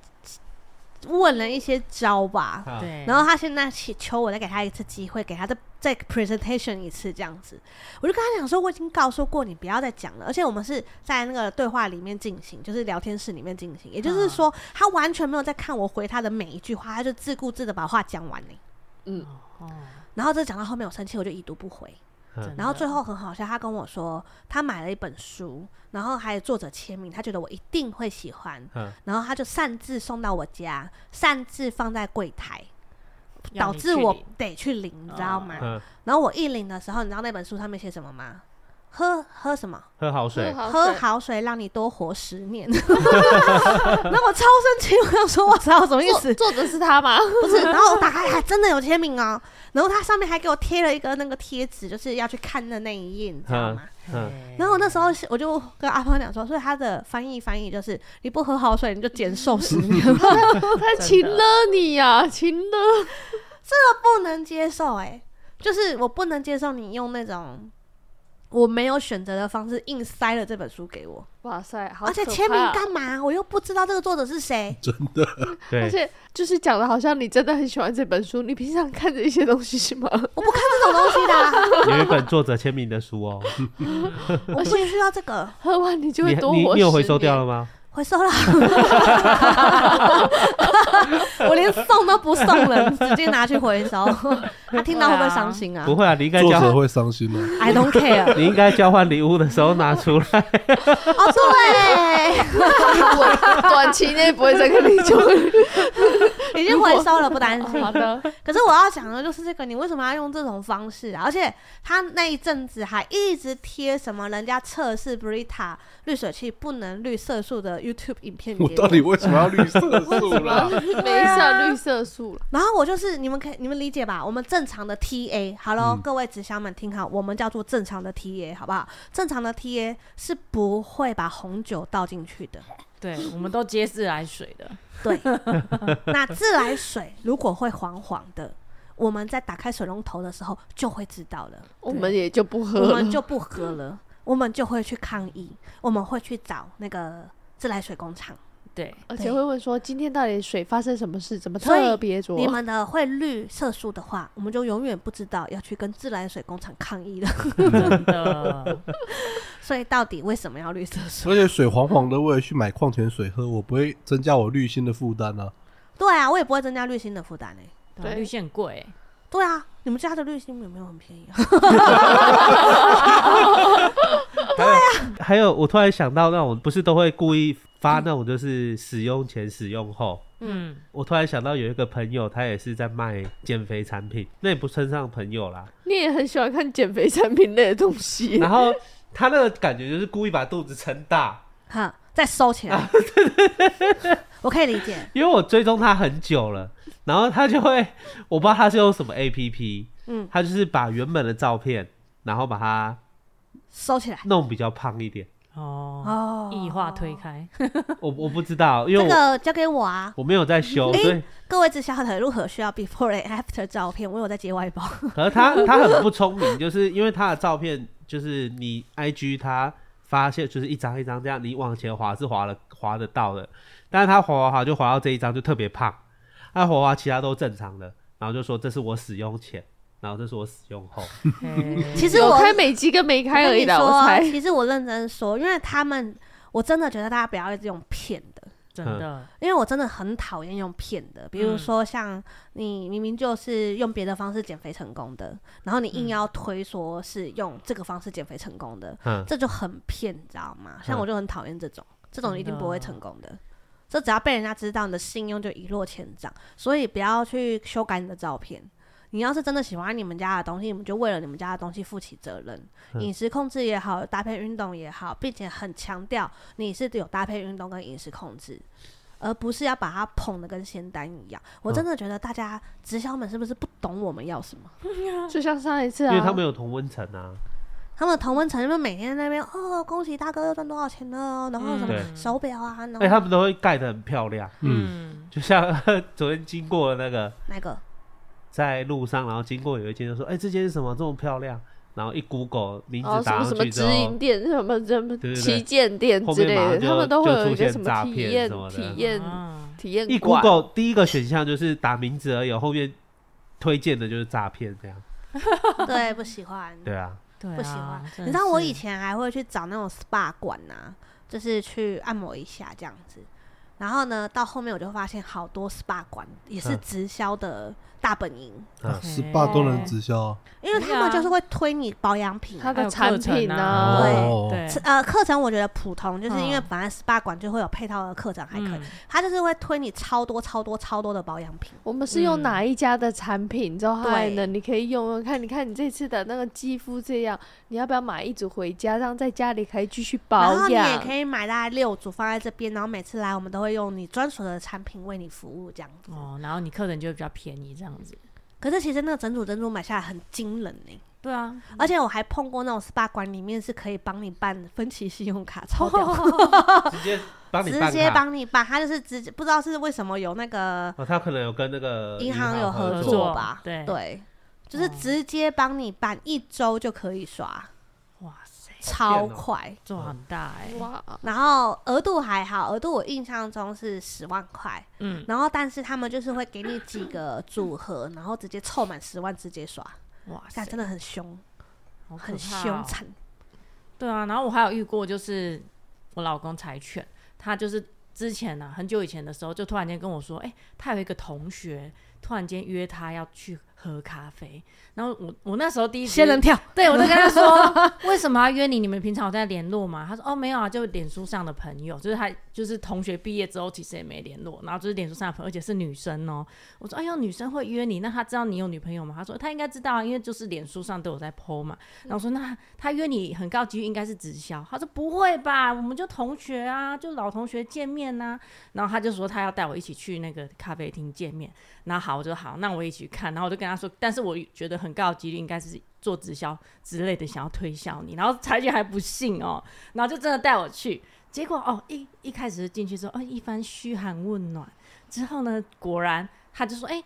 Speaker 1: 问了一些招吧，
Speaker 2: 啊
Speaker 4: 对，
Speaker 1: 然后他现在祈求我再给他一次机会，给他再再 presentation 一次这样子。我就跟他讲说，我已经告诉过你不要再讲了，而且我们是在那个对话里面进行，就是聊天室里面进行，也就是说，他完全没有在看我回他的每一句话，他就自顾自的把话讲完呢。欸
Speaker 4: 哦，
Speaker 1: 然后这讲到后面我生气，我就已读不回。
Speaker 2: 嗯
Speaker 1: 然后最后很好笑，他跟我说他买了一本书，然后还有作者签名，他觉得我一定会喜欢，
Speaker 2: 嗯
Speaker 1: 然后他就擅自送到我家，擅自放在柜台。
Speaker 4: 要
Speaker 1: 导
Speaker 4: 你
Speaker 1: 致
Speaker 4: 去
Speaker 1: 我
Speaker 4: 领
Speaker 1: 得去领，你知道吗？
Speaker 2: 嗯，
Speaker 1: 然后我一领的时候，你知道那本书上面写什么吗？喝喝什么？
Speaker 2: 喝好
Speaker 3: 哦
Speaker 2: 水，
Speaker 1: 喝
Speaker 3: 水
Speaker 1: 好水，让你多活十年。那我超生气，我想说，我操，什么意思
Speaker 3: 作？作者是他吗？
Speaker 1: 不是，然后我打开还真的有签名哦，然后它上面还给我贴了一个那个贴纸，就是要去看的那一页，你知道吗？
Speaker 2: 嗯，
Speaker 1: 然后我那时候是我就跟阿芳讲说，所以他的翻译翻译就是你不喝好水你就减寿十年，这个
Speaker 3: 他擒了你呀、擒了！
Speaker 1: 不能接受哎、就是我不能接受你用那种我没有选择的方式硬塞了这本书给我，
Speaker 3: 哇塞，好
Speaker 1: 而且
Speaker 3: 可
Speaker 1: 签名
Speaker 3: 怕啊
Speaker 1: 干嘛？我又不知道这个作者是 谁，
Speaker 3: 而
Speaker 2: 对，
Speaker 3: 且就是讲的好像你真的很喜欢这本书，你平常看着一些东西是吗？
Speaker 1: 我不看这种东西的啊、
Speaker 2: 有一本作者签名的书哦，
Speaker 1: 我不需要这个，
Speaker 3: 喝完 你就
Speaker 2: 你
Speaker 3: 会多活
Speaker 2: 你你有回
Speaker 3: 10
Speaker 2: 收掉
Speaker 3: 年
Speaker 2: 了吗？
Speaker 1: 回收了，我连送都不送了，直接拿去回 收。他听到会不会伤心啊
Speaker 2: 不会啊，你应该
Speaker 5: 作
Speaker 2: 交
Speaker 5: 者
Speaker 2: 换，
Speaker 5: 会伤心吗？
Speaker 1: ？I don't care。
Speaker 2: 你应该交换礼物的时候拿出
Speaker 1: 哦，
Speaker 2: 来。
Speaker 1: 对，
Speaker 3: 我短期内不会再跟你 交流。
Speaker 1: 已经回收了，不担心。
Speaker 3: 哦好的，
Speaker 1: 可是我要讲的就是这个，你为什么要用这种方式啊？而且他那一阵子还一直贴什么人家测试 Brita 滤水器不能滤色素的 YouTube 影片给
Speaker 5: 我到底为什么要绿色素 啦？
Speaker 3: 没上绿色素了，
Speaker 1: 然后我就是你们可以你们理解吧？我们正常的 TA，好喽，
Speaker 5: 嗯
Speaker 1: 各位直销们听好，我们叫做正常的 TA，好不好？正常的 TA 是不会把红酒倒进去 的。
Speaker 4: 对，我们都接自来水的，
Speaker 1: 对，那自来水如果会黄黄的，我们在打开水龙头的时候就会知道了。
Speaker 3: 我们也就不喝
Speaker 1: 啊我
Speaker 3: 了
Speaker 1: 们。就不喝了， 我们就会去抗议，我们会去找那个自来水工厂。
Speaker 4: 对，
Speaker 3: 而且会问说今天到底水发生什么事，怎么
Speaker 1: 所以
Speaker 3: 特别浊？
Speaker 1: 你们的会滤色素的话，我们就永远不知道要去跟自来水工厂抗议了。
Speaker 4: 真的，
Speaker 1: 所以到底为什么要滤色素？
Speaker 5: 而且水黄黄的，我也去买矿泉水喝，我不会增加我滤芯的负担啊。
Speaker 1: 对啊，我也不会增加滤芯的负担诶。
Speaker 3: 对
Speaker 4: 绿线贵，
Speaker 1: 对啊，你们家的滤芯有没有很便宜啊？
Speaker 2: 还有，我突然想到那种不是都会故意发那种，就是使用前、使用后。
Speaker 4: 嗯，
Speaker 2: 我突然想到有一个朋友，他也是在卖减肥产品，那也不称上朋友 啦。
Speaker 3: 你也很喜欢看减肥产品类的东西
Speaker 2: 然，后他那个感觉就是故意把肚子撑大，
Speaker 1: 哈，再收起来。我可以理解，
Speaker 2: 因为我追踪他很久了，然后他就会，我不知道他是用什么 A P P，
Speaker 1: 嗯，
Speaker 2: 他就是把原本的照片，然后把它
Speaker 1: 收起来。
Speaker 2: 弄比较胖一点。
Speaker 4: 哦，
Speaker 1: 哦，
Speaker 4: 异化推开，
Speaker 2: 我我不知道，因为
Speaker 1: 这
Speaker 2: 我、
Speaker 1: 个交给我啊！
Speaker 2: 我没有在修，所以
Speaker 1: 各位知晓的如何需要 before and after 照片，我有在接外包。
Speaker 2: 可是他他很不聪明，就是因为他的照片就是你 I G 他发现就是一张一张这样，你往前滑是滑了滑得到的，但是他滑滑滑就滑到这一张就特别胖，他滑滑其他都正常的，然后就说这是我使用前，然后这是我使用后，
Speaker 4: 嘿
Speaker 1: 其实
Speaker 3: 有
Speaker 1: 我
Speaker 3: 开美肌跟没开
Speaker 1: 我
Speaker 3: 而
Speaker 1: 跟
Speaker 3: 已
Speaker 1: 你
Speaker 3: 啦，
Speaker 1: 说，
Speaker 3: 我猜。
Speaker 1: 其实我认真说，因为他们，我真的觉得大家不要用骗的，
Speaker 4: 真的，
Speaker 1: 因为我真的很讨厌用骗的。比
Speaker 3: 嗯
Speaker 1: 如说，像你明明就是用别的方式减肥成功的，然后你
Speaker 3: 嗯
Speaker 1: 硬要推说是用这个方式减肥成功的，
Speaker 2: 嗯，
Speaker 1: 这就很骗，你知道吗？像
Speaker 2: 嗯
Speaker 1: 我就很讨厌这种，这种一定不会成功的。这只要被人家知道，你的信用就一落千丈。所以不要去修改你的照片。你要是真的喜欢你们家的东西，你们就为了你们家的东西负起责任，
Speaker 2: 嗯
Speaker 1: 饮食控制也好，搭配运动也好，并且很强调你是有搭配运动跟饮食控制，而不是要把它捧得跟仙丹一样。
Speaker 2: 嗯
Speaker 1: 我真的觉得大家直销们是不是不懂我们要什么？
Speaker 3: 就像上一次
Speaker 2: 因
Speaker 3: 啊，
Speaker 2: 为他们有同温层啊，
Speaker 1: 他们同温层就每天在那边哦，恭喜大哥又赚多少钱了哦，然后什么
Speaker 2: 嗯对
Speaker 1: 手表啊，然
Speaker 2: 哎、他
Speaker 1: 后
Speaker 2: 们都会盖得很漂亮，
Speaker 5: 嗯，
Speaker 4: 嗯，
Speaker 2: 就像昨天经过的那个
Speaker 1: 那 个
Speaker 2: 在路上，然后经过有一间就说，哎、这间是什么这么漂亮，然后一 Google 名
Speaker 3: 哦
Speaker 2: 字
Speaker 3: 什
Speaker 2: 打
Speaker 3: 么
Speaker 2: 上
Speaker 3: 什么
Speaker 2: 去
Speaker 3: 直
Speaker 2: 之后
Speaker 3: 营。店，什么什么
Speaker 2: 对对对
Speaker 3: 旗舰店
Speaker 2: 后
Speaker 3: 之
Speaker 2: 面
Speaker 3: 类
Speaker 2: 马
Speaker 3: 的，
Speaker 2: 上就
Speaker 3: 他们都会
Speaker 2: 就
Speaker 3: 有
Speaker 2: 出
Speaker 3: 一个
Speaker 2: 现
Speaker 3: 什么
Speaker 2: 诈
Speaker 3: 体
Speaker 2: 骗
Speaker 3: 验
Speaker 2: 什么的
Speaker 3: 体验
Speaker 4: 啊
Speaker 3: 体验
Speaker 2: 一
Speaker 3: 馆，
Speaker 2: Google 第一个选项就是打名字而已，后面推荐的就是诈骗这
Speaker 1: 嗯
Speaker 2: 样。
Speaker 1: 对不喜欢，
Speaker 2: 对啊，
Speaker 4: 对啊，
Speaker 1: 不喜欢。
Speaker 4: 真
Speaker 1: 你
Speaker 4: 的
Speaker 1: 知道我
Speaker 4: 是
Speaker 1: 以前还会去找那种 SPA 馆呐、就是去按摩一下这样子。然后呢，到后面我就发现好多 SPA 馆也是
Speaker 2: 嗯
Speaker 1: 直销的大本营，
Speaker 2: 啊
Speaker 5: 十八都能直销啊，
Speaker 1: 因为他们就是会推你保养品、
Speaker 3: 它
Speaker 1: 啊。
Speaker 4: 还
Speaker 3: 的
Speaker 4: 有
Speaker 3: 产
Speaker 4: 课程
Speaker 3: 品
Speaker 4: 啊
Speaker 3: 啊，
Speaker 5: 哦
Speaker 4: 对，
Speaker 1: 是呃，课程我觉得普通，就是因为
Speaker 4: 嗯
Speaker 1: 反正 SPA 馆就会有配套的课程，还可以。
Speaker 4: 嗯
Speaker 1: 他就是会推你超多、超多、超多的保养品。
Speaker 3: 我们是用哪一家的产品，之后
Speaker 1: 对
Speaker 3: 还能你可以用用看，你看你这次的那个肌肤这样，你要不要买一组回家，让在家里可以继续
Speaker 1: 然后
Speaker 3: 保
Speaker 1: 你也
Speaker 3: 养？
Speaker 1: 可以买大概六组放在这边，然后每次来我们都会用你专属的产品为你服务这样子。
Speaker 4: 哦，然后你课程就会比较便宜这样子。
Speaker 1: 可是其实那个整组整组买下来很惊人呢、
Speaker 4: 对啊，
Speaker 1: 而且我还碰过那种 SPA 馆里面是可以帮你办分期信用卡，超屌的，
Speaker 2: 直接帮你
Speaker 1: 直
Speaker 2: 办
Speaker 1: 接
Speaker 2: 卡
Speaker 1: 帮你办，他就是直接不知道是为什么有那个
Speaker 2: 哦，他可能有跟那个
Speaker 1: 银行有合
Speaker 2: 合
Speaker 1: 作吧，
Speaker 4: 对
Speaker 1: 对，就是
Speaker 4: 哦
Speaker 1: 直接帮你办，一周就可以刷，
Speaker 4: 哇塞，
Speaker 1: 超
Speaker 2: 哦
Speaker 1: 快。
Speaker 4: 做很大哎、
Speaker 3: 哇，
Speaker 1: 然后额度还好，额度我印象中是十万块，
Speaker 4: 嗯，
Speaker 1: 然后但是他们就是会给你几个组合，然后直接凑满十万直接刷，
Speaker 4: 哇塞
Speaker 1: 但，真的很凶，
Speaker 4: 好可
Speaker 1: 很
Speaker 4: 怕
Speaker 1: 凶
Speaker 4: 哦
Speaker 1: 残。
Speaker 4: 对啊，然后我还有遇过，就是我老公柴犬，他就是之前啊，很久以前的时候，就突然间跟我说，哎、他有一个同学突然间约他要去喝咖啡，然后我我那时候第一直
Speaker 1: 仙人跳，
Speaker 4: 对，我就跟他 说，为什么要约你？你们平常有在联络吗？他说，哦，没有啊，就脸书上的朋友，就是他，就是同学毕业之后其实也没联络，然后就是脸书上的朋友，而且是女生哦。我说，哎呦，女生会约你，那他知道你有女朋友吗？他说，他应该知道啊，因为就是脸书上都有在 PO 嘛。然后我说，那他约你很高几率应该是直销。他说不会吧，我们就同学啊，就老同学见面呐、然后他就说他要带我一起去那个咖啡厅见面。然后好，我就好，那我一起去看。然后我就跟他说，但是我觉得很高的几率应该是做直销之类的，想要推销你。然后柴犬还不信哦，然后就真的带我去。结果哦，一一开始进去之后，哦，一番嘘寒问暖之后呢，果然他就说，哎、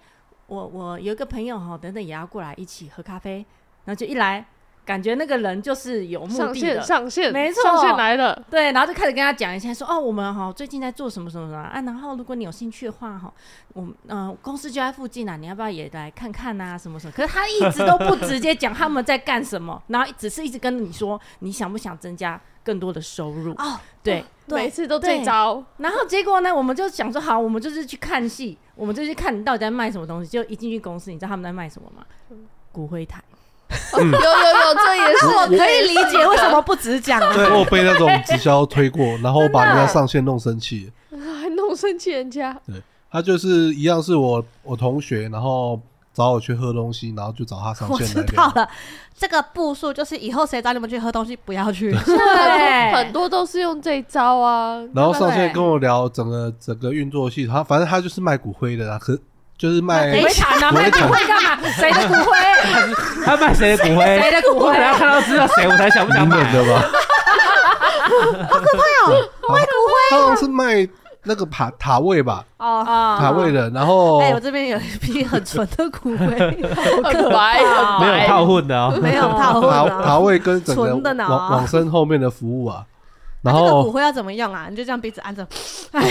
Speaker 4: 我我有一个朋友哈、哦，等等也要过来一起喝咖啡。然后就一来，感觉那个人就是有目
Speaker 3: 上
Speaker 4: 的
Speaker 3: 线
Speaker 4: 的，
Speaker 3: 上线，
Speaker 4: 没错
Speaker 3: 上线来了，
Speaker 4: 对，然后就开始跟他讲一下，说哦，我们哈、最近在做什么什么什么啊，然后如果你有兴趣的话哈、我们呃公司就在附近啊，你要不要也来看看啊，什么什么？可是他一直都不直接讲他们在干什么，然后只是一直跟你说你想不想增加更多的收入，
Speaker 1: 哦，
Speaker 4: 对。
Speaker 3: 每
Speaker 1: 对，
Speaker 3: 次都这
Speaker 4: 对
Speaker 3: 招，
Speaker 4: 然后结果呢，我们就想说好，我们就是去看戏，我们就去看你到底在卖什么东西。就一进去公司，你知道他们在卖什么吗？
Speaker 1: 嗯
Speaker 4: 骨灰坛。
Speaker 3: 有有
Speaker 2: 嗯
Speaker 3: 有，这也是
Speaker 1: 那我哦可以理解为什么不直讲啊。
Speaker 5: 对，我有被那种直销推 过，然后我把人家上线弄生气。
Speaker 3: 还弄生气人家，
Speaker 5: 他就是一样是我我同学，然后找我去喝东西，然后就找他上
Speaker 1: 我
Speaker 5: 线
Speaker 1: 知
Speaker 5: 来
Speaker 1: 道
Speaker 5: 聊。
Speaker 1: 了，这个步数就是以后谁找你们去喝东西，不要 去。
Speaker 3: 很多很多都是用这一招啊。
Speaker 5: 然后上线跟我聊整个整个运作系统，他反正他就是卖骨灰的啦，可就是卖
Speaker 4: 没产啊，卖骨灰干嘛？谁的骨灰？
Speaker 2: 他卖 谁的骨灰？
Speaker 4: 谁的骨
Speaker 2: 我
Speaker 4: 灰
Speaker 2: 等？下看到知道谁，我才想不想
Speaker 5: 明
Speaker 2: 买
Speaker 5: 年的
Speaker 2: 啊。
Speaker 5: 吧。好可怕哦，卖骨灰。他好像是卖那个塔塔位吧，
Speaker 1: 啊哦，
Speaker 4: 啊
Speaker 5: 塔位的，然后
Speaker 1: 哎，我这边有一批很纯的骨灰，
Speaker 3: 很白，
Speaker 4: 怕
Speaker 3: 很白
Speaker 2: 没
Speaker 1: 哎
Speaker 2: 有套混的哦。
Speaker 1: 没有套路
Speaker 5: 塔塔
Speaker 1: 的。
Speaker 5: 位跟整个
Speaker 1: 纯的呢啊
Speaker 5: 往往生后面的服务啊，然
Speaker 1: 那这个骨
Speaker 5: 后
Speaker 1: 灰要怎么用啊？你就这样鼻子按着，
Speaker 5: 他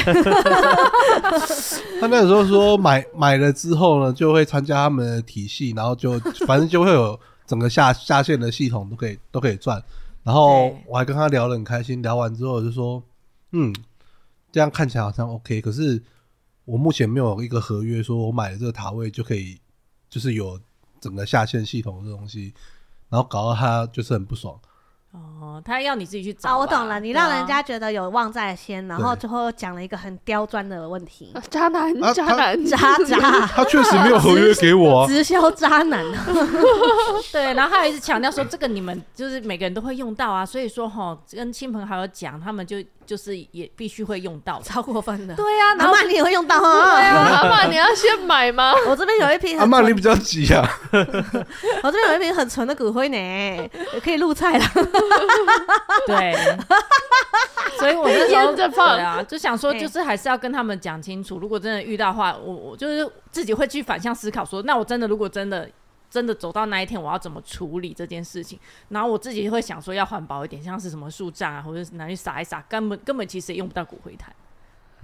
Speaker 5: 那个时候说买买了之后呢，就会参加他们的体系，然后就反正就会有整个下下线的系统都可以都可以赚。然后
Speaker 4: 对
Speaker 5: 我还跟他聊得很开心，聊完之后我就说，嗯，这样看起来好像 OK，可是我目前没有一个合约说我买了这个塔位就可以，就是有整个下线系统这东西，然后搞到他就是很不爽。
Speaker 4: 哦，他要你自己去找吧。
Speaker 1: 啊，我懂了，你
Speaker 4: 对啊
Speaker 1: 让人家觉得有望在先，然后
Speaker 5: 对
Speaker 1: 最后讲了一个很刁钻的问 题，
Speaker 3: 渣男，
Speaker 5: 啊
Speaker 3: 渣
Speaker 5: 他
Speaker 3: 男，
Speaker 1: 渣渣，
Speaker 5: 他确实没有合约给 我、啊，
Speaker 1: 直销渣男，啊
Speaker 4: 对，然后还有一直强调说，这个你们就是每个人都会用到啊，所以说哈，跟亲朋好友讲，他们就就是也必须会用到。
Speaker 1: 超过分的。
Speaker 4: 对啊，然
Speaker 1: 阿
Speaker 4: 后
Speaker 1: 妈你也会用到
Speaker 3: 对
Speaker 1: 啊？
Speaker 3: 啊，阿爸你要先买吗？
Speaker 1: 我这边有一批
Speaker 5: 阿
Speaker 1: 很
Speaker 5: 曼你
Speaker 1: 纯，
Speaker 5: 比较急啊，
Speaker 1: 我这边有一批很纯的骨灰呢，也可以入菜了。
Speaker 4: 对，所以我那时候
Speaker 3: 腌着放
Speaker 4: 对啊，就想说，就是还是要跟他们讲清楚，如果真的遇到的话，我我就是自己会去反向思考说，那我真的如果真的。真的走到那一天，我要怎么处理这件事情？然后我自己会想说要环保一点，像是什么树葬啊，或者是拿去撒一撒，根本根本其实也用不到骨灰坛。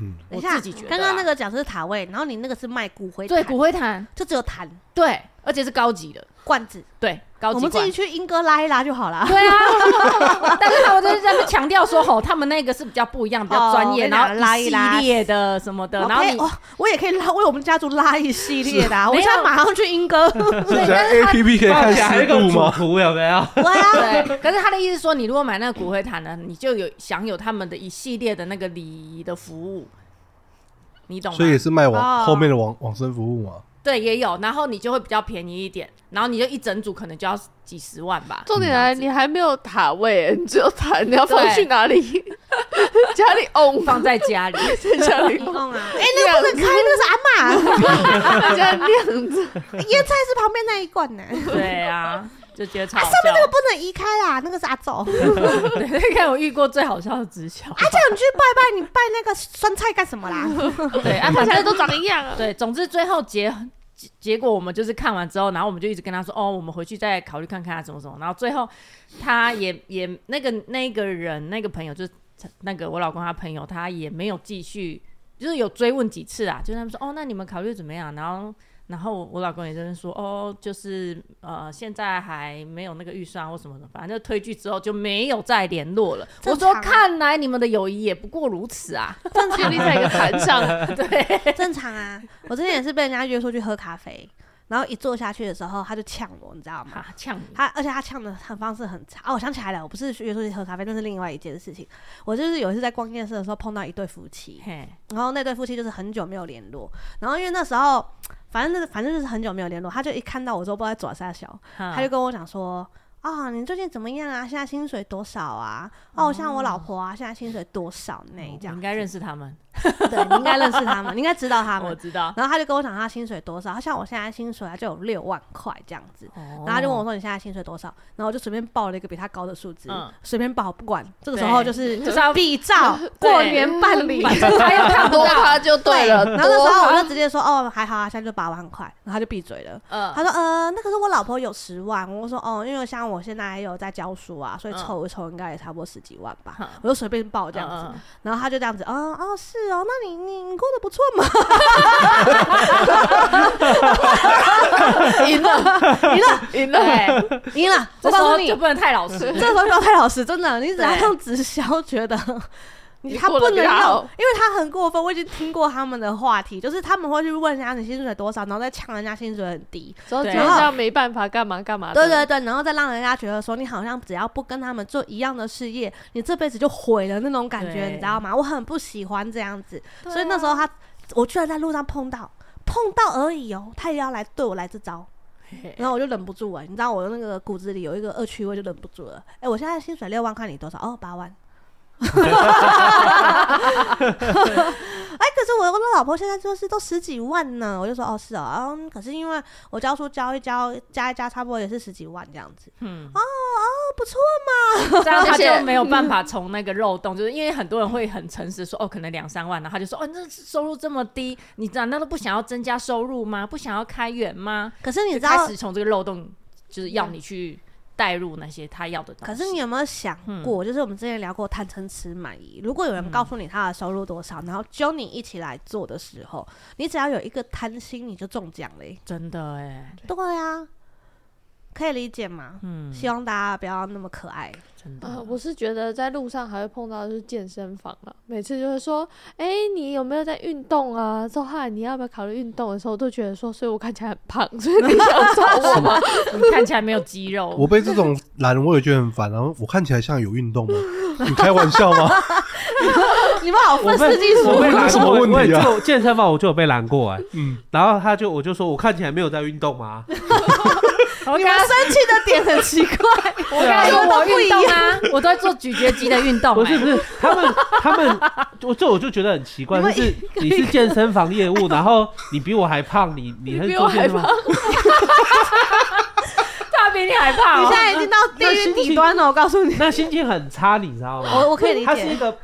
Speaker 5: 嗯，
Speaker 1: 等
Speaker 4: 我
Speaker 1: 一下
Speaker 4: 自己觉，得啊
Speaker 1: 刚刚那个讲的是塔位，然后你那个是卖骨灰，
Speaker 4: 对，骨，灰坛，
Speaker 1: 就只有坛
Speaker 4: 对，而且是高级的，
Speaker 1: 罐子，
Speaker 4: 对，高
Speaker 1: 我
Speaker 4: 级
Speaker 1: 们自
Speaker 4: 罐
Speaker 1: 己。去英哥拉一拉就好了。
Speaker 4: 对啊， 但是他们就是在那边强调说，吼，他们那个是比较不一样，比较专业，
Speaker 1: 哦
Speaker 4: 然后
Speaker 1: 拉一
Speaker 4: 系
Speaker 1: 拉
Speaker 4: 列的什么的，
Speaker 1: 我
Speaker 4: 然后
Speaker 1: 可以
Speaker 4: 你
Speaker 1: 哦，我也可以拉为我们家族拉一系列的啊，我
Speaker 4: 没
Speaker 1: 现
Speaker 4: 有
Speaker 1: 在马上去英哥。
Speaker 5: 是啊讲 A P P 可以
Speaker 2: 看
Speaker 5: 看
Speaker 2: 起来还有
Speaker 5: 湿
Speaker 2: 一个
Speaker 5: 度
Speaker 2: 主
Speaker 5: 吗？
Speaker 2: 图有没 有？
Speaker 1: 对啊，
Speaker 4: 对，哎可是他的意思是说，你如果买那个骨灰坛呢，你就有享有他们的一系列的那个礼仪的服务，你懂吗？
Speaker 5: 所以也是卖往、
Speaker 1: 哦
Speaker 5: 后面的往往生服务嘛。
Speaker 4: 对，也有，然后你就会比较便宜一点，然后你就一整组可能就要几十万 吧。
Speaker 3: 重点来，你还没有塔位，你只有塔，你要放
Speaker 4: 对
Speaker 3: 去哪里？家里哦，
Speaker 4: 放在家里，
Speaker 3: 在家里
Speaker 1: 一
Speaker 3: 哦，
Speaker 1: 共啊，哎，那个不能开，那个是阿
Speaker 3: 家里那样子。
Speaker 1: 妈，椰菜是旁边那一罐呢，
Speaker 4: 对啊， 就觉得超
Speaker 1: 啊，
Speaker 4: 好
Speaker 1: 上
Speaker 4: 笑。
Speaker 1: 面那个不能移开啦，那个是阿 祖。
Speaker 4: 对，那个我遇过最好笑的直销。
Speaker 1: 啊，叫你去拜拜，你拜那个酸菜干什么啦？
Speaker 4: 对啊，
Speaker 3: 看
Speaker 4: 反
Speaker 3: 起来
Speaker 4: 正
Speaker 3: 都长一样啊。
Speaker 4: 对，总之最后结结结果我们就是看完之后，然后我们就一直跟他说，哦，我们回去再考虑看看啊，怎么怎么。然后最后他也也那个那个人那个朋友就是那个我老公他朋友，他也没有继续，就是有追问几次啊，就是他们说，哦，那你们考虑怎么样？然后。然后我老公也就是说，哦，就是呃，现在还没有那个预算或什么的，反正就推拒之后就没有再联络了。我
Speaker 1: 正
Speaker 4: 说，
Speaker 1: 常啊
Speaker 4: 看来你们的友谊也不过如此啊。
Speaker 3: 正确立在一个坛上，
Speaker 1: 正常啊，我之前也是被人家约出去喝咖啡，然后一坐下去的时候，他就呛我，你知道吗？
Speaker 4: 啊，呛你！
Speaker 1: 他而且他呛的很方式很差哦，我想起来了，我不是约出去喝咖啡，那是另外一件事情。我就是有一次在逛夜市的时候碰到一对夫妻，
Speaker 4: 嘿，
Speaker 1: 然后那对夫妻就是很久没有联络，然后因为那时候反正就是反正就是很久没有联络，他就一看到我之后不知道在抓啥小，他
Speaker 4: 他
Speaker 1: 就跟我讲说。啊、你最近怎么样啊？现在薪水多少啊？哦，像我老婆啊，现在薪水多少呢？
Speaker 4: 哦
Speaker 1: 这
Speaker 4: 我
Speaker 1: 样
Speaker 4: 应该
Speaker 1: 子
Speaker 4: 认识他们，
Speaker 1: 对，你应该认识他们，你应该知道他
Speaker 4: 我
Speaker 1: 们。
Speaker 4: 知道。
Speaker 1: 然后他就跟我讲他薪水多少，他像我现在薪水啊就有六万块这样子，
Speaker 4: 然
Speaker 1: 然后他就问我，说你现在薪水多少，然后我就随便报了一个比他高的数字
Speaker 4: 嗯，
Speaker 1: 随便报不管。这个时
Speaker 4: 对
Speaker 1: 候就是
Speaker 4: 就是要
Speaker 1: 比 照过年办理，
Speaker 4: 反正他又看不
Speaker 3: 多
Speaker 4: 到，
Speaker 3: 他就对了。
Speaker 1: 然后那时候我
Speaker 3: 多
Speaker 1: 就直接说哦还好啊，现在就八万块，然后他就闭嘴了。
Speaker 4: 嗯
Speaker 1: 他说：“呃，那可是我老婆有十万。”我说：“哦，因为像我现在还有在教书啊，所以
Speaker 4: 嗯
Speaker 1: 凑一凑应该也差不多十几万吧。
Speaker 4: 嗯
Speaker 1: 我就随便报这样子，
Speaker 4: 嗯嗯
Speaker 1: 然后他就这样子，哦哦是哦，那你你你过得不错嘛？
Speaker 3: 赢了，赢了，赢了。
Speaker 4: 对，
Speaker 1: 赢了，
Speaker 4: 这
Speaker 1: 我告
Speaker 4: 时
Speaker 1: 诉
Speaker 4: 候
Speaker 1: 你，
Speaker 4: 就不能太老实，
Speaker 1: 这时候不要太老实，真的，你只要
Speaker 4: 对
Speaker 1: 让直销觉得你
Speaker 3: 你
Speaker 1: 他
Speaker 3: 过
Speaker 1: 不
Speaker 3: 得
Speaker 1: 能
Speaker 3: 比他
Speaker 1: 让
Speaker 3: 好，
Speaker 1: 因为他很过分。我已经听过他们的话题，就是他们会去问人家你薪水多少，然后再呛人家薪水很低，
Speaker 3: 之后
Speaker 4: 对
Speaker 3: 这样没办法，干嘛干嘛的。
Speaker 1: 对对对，然后再让人家觉得说你好像只要不跟他们做一样的事业，你这辈子就毁了那种感觉，
Speaker 4: 对
Speaker 1: 你知道吗？我很不喜欢这样子，
Speaker 4: 对啊
Speaker 1: 所以那时候他，我居然在路上碰到。碰碰到而已哦，他也要来对我来这招。
Speaker 4: 嘿
Speaker 1: 然后我就忍不住哎、你知道我那个骨子里有一个恶趣味，就忍不住了。哎、我现在薪水六万，看你多少？哦，八万。哎、可是我那老婆现在就是都十几万呢，我就说哦是哦，啊嗯可是因为我教书教一教加一加，差不多也是十几万这样子。
Speaker 4: 嗯，
Speaker 1: 哦，不错，嗯
Speaker 4: 这样他
Speaker 3: 而且
Speaker 4: 就没有办法从那个漏洞，就是因为很多人会很诚实说，哦，可能两三万，然后他就说，哦，你这收入这么低，你难道都不想要增加收入吗？不想要开源吗？
Speaker 1: 可是你
Speaker 4: 就
Speaker 1: 知
Speaker 4: 开
Speaker 1: 道，
Speaker 4: 始从这个漏洞，就是要你去带入那些他要的东西。
Speaker 1: 可是你有没有想过，就是我们之前聊过贪嗔痴慢疑，如果有人告诉你他的收入多少，然后揪你一起来做的时候，你只要有一个贪心，你就中奖嘞、
Speaker 4: 真的哎，
Speaker 1: 对呀、可以理解嘛。
Speaker 4: 嗯，
Speaker 1: 希望大家不要那么可爱。
Speaker 4: 真的
Speaker 3: 啊，
Speaker 2: 哦
Speaker 3: 我是觉得在路上还会碰到就是健身房了，每次就会说，哎、你有没有在运动啊？周汉，你要不要考虑运动的时候，我都觉得说，所以我看起来很胖，所以你想找我吗？
Speaker 4: 你看起来没有肌
Speaker 1: 哦
Speaker 4: 肉，
Speaker 5: 我被这种懒，我也觉得很烦。然后我看起来像有运动吗？ 你开玩笑吗？
Speaker 1: 你们好
Speaker 2: 我
Speaker 1: 愤
Speaker 2: 被
Speaker 1: 世嫉
Speaker 2: 我
Speaker 1: 俗，哦
Speaker 2: 被拦
Speaker 5: 什么
Speaker 2: 过，
Speaker 5: 问题啊
Speaker 2: 我就健身房我就有被拦过哎、
Speaker 5: 嗯，
Speaker 2: 然后他就我就说我看起来没有在运动吗？
Speaker 1: 嗯
Speaker 4: 我
Speaker 1: 你
Speaker 4: 跟
Speaker 1: 们
Speaker 4: 他
Speaker 1: 生气的点很奇怪。
Speaker 4: 我跟他说我运动啊，我都在做咀嚼肌的运动、
Speaker 2: 不
Speaker 4: 哎
Speaker 2: 是不是，他们他们，我这我就觉得很奇怪，
Speaker 1: 你
Speaker 2: 就
Speaker 1: 们
Speaker 2: 是你是健身房业务，然后你比我还胖，你你还是做健身房，
Speaker 4: 他比你还胖、
Speaker 1: 你
Speaker 4: 哦
Speaker 1: 现。在已经到地狱底端了，我告诉你。
Speaker 2: 那心情很差，你知道吗？
Speaker 1: 哦我我可以理
Speaker 2: 嗯他是一
Speaker 1: 解，
Speaker 2: 个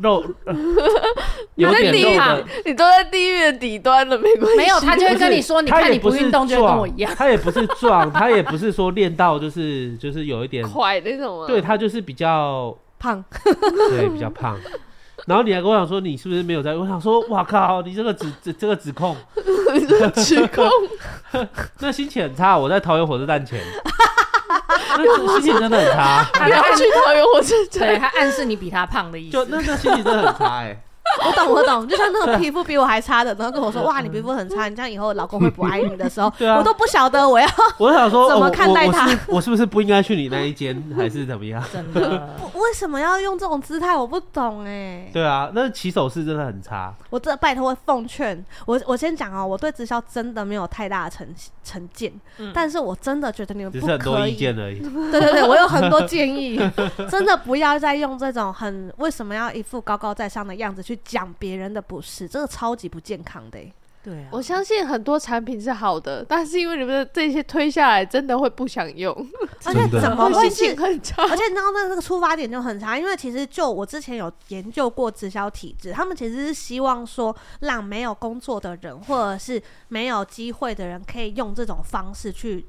Speaker 2: 肉，呃有
Speaker 3: 在
Speaker 2: 点
Speaker 3: 地
Speaker 2: 肉
Speaker 3: 狱
Speaker 2: 的，，
Speaker 3: 你都在地狱的底端了，没关系。
Speaker 4: 没有，他就会跟你说，你
Speaker 2: 他
Speaker 4: 看你
Speaker 2: 也不是
Speaker 4: 运动就会跟我一样
Speaker 2: 壮，。他也不是壮，他也不是说练到就是就是有一点，
Speaker 3: 快那种啊。
Speaker 2: 对他就是比较
Speaker 1: 胖，
Speaker 2: 对比较胖。然后你还跟我讲说你是不是没有在？我想说，哇靠，你这个指这这个指控，
Speaker 3: 指控，
Speaker 2: 那心情很差。我在桃园火车 站前，那心情真的很差，
Speaker 3: 不要去桃园火车站。
Speaker 4: 对他暗示你比他胖的意
Speaker 2: 就
Speaker 4: 思。
Speaker 2: 那那心情真的很差哎、
Speaker 1: 我懂我懂，就像那种皮肤比我还差的，然后跟我说哇你皮肤很差，你这样以后老公会不爱你的时候，
Speaker 2: 对啊
Speaker 1: 我都不晓得我要
Speaker 2: 我想说，
Speaker 1: 怎
Speaker 2: 哦
Speaker 1: 么
Speaker 2: 我
Speaker 1: 看待他
Speaker 2: 我我是我是不是不应该去你那一间，还是怎么样？
Speaker 4: 真的，
Speaker 1: 为什么要用这种姿态，我不懂哎。
Speaker 2: 对啊，那起手式真的很差。
Speaker 1: 我这拜托我奉劝我，我先讲哦，我对直销真的没有太大的成成见，
Speaker 4: 嗯
Speaker 1: 但是我真的觉得你们
Speaker 2: 只
Speaker 1: 不
Speaker 2: 是很多
Speaker 1: 可
Speaker 2: 意
Speaker 1: 以
Speaker 2: 见而已。
Speaker 1: 对对对，我有很多建议， 真的不要再用这种很为什么要一副高高在上的样子去讲别人的不是，这个超级不健康的欸、
Speaker 4: 对啊，
Speaker 3: 我相信很多产品是好的，但是因为你们的这些推下来，真的会不想用，
Speaker 1: 而且
Speaker 2: 真的
Speaker 1: 怎么会
Speaker 3: 心
Speaker 1: 是
Speaker 3: 情？很差。
Speaker 1: 而且你知道那那个出发点就很差，因为其实就我之前有研究过直销体制，他们其实是希望说让没有工作的人或者是没有机会的人可以用这种方式去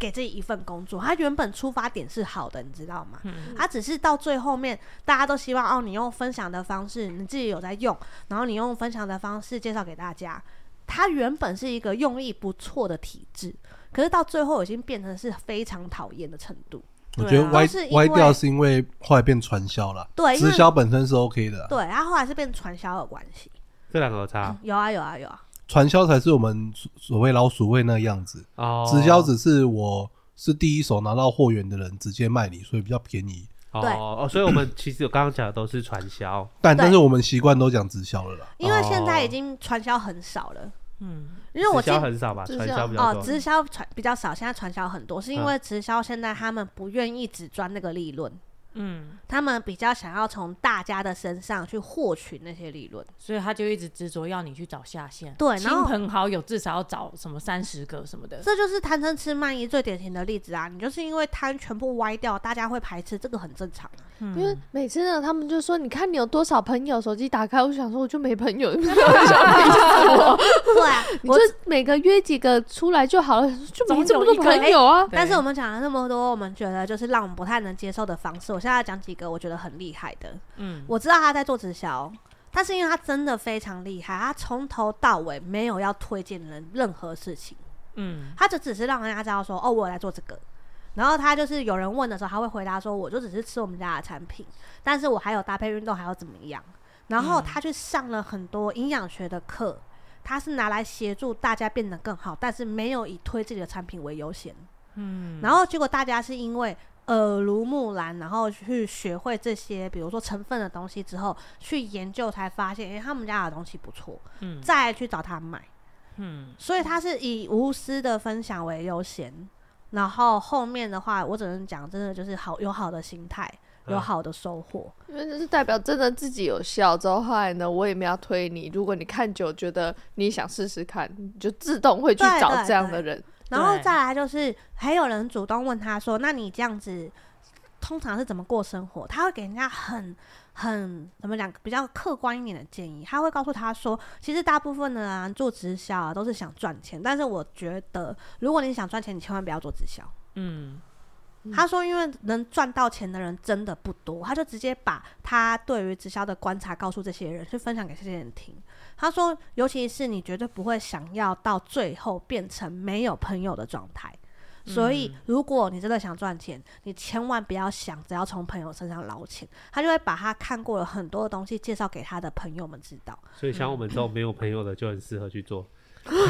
Speaker 1: 给自己一份工作。他原本出发点是好的，你知道吗？
Speaker 4: 嗯
Speaker 1: 他只是到最后面，大家都希望哦，你用分享的方式，你自己有在用，然后你用分享的方式介绍给大家。它原本是一个用意不错的体制，可是到最后已经变成是非常讨厌的程度。
Speaker 5: 我觉得
Speaker 1: 对啊
Speaker 5: 歪
Speaker 1: 都是因为
Speaker 5: 歪掉是因为后来变传销了。
Speaker 1: 对，因
Speaker 5: 直
Speaker 1: 为
Speaker 5: 销本身是 OK 的啊，
Speaker 1: 对，它后来是变传销的关系。
Speaker 2: 这两个有差
Speaker 1: 有啊，有啊，有啊。
Speaker 5: 传销才是我们所所谓老鼠会那样子。
Speaker 2: 哦，
Speaker 5: 直销只是我是第一手拿到货源的人直接卖你，所以比较便宜。
Speaker 2: 哦
Speaker 1: 对
Speaker 2: 哦，所以我们其实刚刚讲的都是传销，
Speaker 5: 但
Speaker 1: 对
Speaker 5: 但是我们习惯都讲直销了啦。
Speaker 1: 因为现在已
Speaker 2: 哦
Speaker 1: 经传销很少了，
Speaker 4: 嗯，
Speaker 1: 因为我
Speaker 2: 直
Speaker 1: 记
Speaker 2: 销很少嗯吧，
Speaker 3: 直
Speaker 2: 传
Speaker 3: 销
Speaker 2: 销比较
Speaker 1: 哦，
Speaker 2: 多。
Speaker 1: 直销传比较少，现在传销很多，是因为直销现在他们不愿意只赚那个利润，
Speaker 4: 嗯，
Speaker 1: 他们比较想要从大家的身上去获取那些利润。
Speaker 4: 所以他就一直执着要你去找下线，
Speaker 1: 对
Speaker 4: 亲
Speaker 1: 然后
Speaker 4: 朋好友至少要找什么三十个什么的，
Speaker 1: 这就是贪嗔痴慢疑最典型的例子啊！你就是因为贪全部歪掉，大家会排斥，这个很正常啊。
Speaker 4: 嗯
Speaker 3: 因为每次呢，他们就说：“你看你有多少朋友？”手机打开，我就想说我就没朋友， 你们
Speaker 1: 对啊，
Speaker 3: 你
Speaker 1: 我
Speaker 3: 就每个约几个出来就好了，就没这么多
Speaker 4: 总有一个哎
Speaker 3: 朋友啊。
Speaker 4: 对
Speaker 1: 但是我们讲了那么多，我们觉得就是让我们不太能接受的方式。我现在要讲几个我觉得很厉害的。
Speaker 4: 嗯，
Speaker 1: 我知道他在做直销，但是因为他真的非常厉害，他从头到尾没有要推荐人任何事情。
Speaker 4: 嗯，
Speaker 1: 他就只是让人家知道说，哦，我有来做这个。然后他就是有人问的时候，他会回答说，我就只是吃我们家的产品，但是我还有搭配运动，还要怎么样？然后他去上了很多营养学的课，他是拿来协助大家变得更好，但是没有以推自己的产品为优先。嗯，然后结果大家是因为耳濡目染，然后去学会这些，比如说成分的东西之后，去研究才发现，哎，他们家的东西不错，
Speaker 4: 嗯
Speaker 1: 再去找他买。
Speaker 4: 嗯，
Speaker 1: 所以他是以无私的分享为优先，然后后面的话，我只能讲，真的就是好有好的心态，有
Speaker 2: 嗯
Speaker 1: 好的收获。
Speaker 3: 因为这是代表真的自己有效之后，后来呢，我也没有要推你。如果你看久，觉得你想试试看，你就自动会去
Speaker 1: 对
Speaker 3: 找
Speaker 1: 对
Speaker 3: 这样的人。
Speaker 1: 然后
Speaker 4: 对
Speaker 1: 再来就是，还有人主动问他说：“那你这样子通常是怎么过生活？”他会给人家很很怎么讲，比较客观一点的建议。他会告诉他说：“其实大部分的人做直销啊，都是想赚钱，但是我觉得，如果你想赚钱，你千万不要做直销。”
Speaker 4: 嗯，
Speaker 3: 嗯
Speaker 1: 他说，因为能赚到钱的人真的不多，他就直接把他对于直销的观察告诉这些人，去分享给这些人听。他说，尤其是你绝对不会想要到最后变成没有朋友的状态。所以，如果你真的想赚钱，你千万不要想着要从朋友身上捞钱。他就会把他看过了很多的东西介绍给他的朋友们知道。
Speaker 2: 所以像我们这种没有朋友的就很适合去做。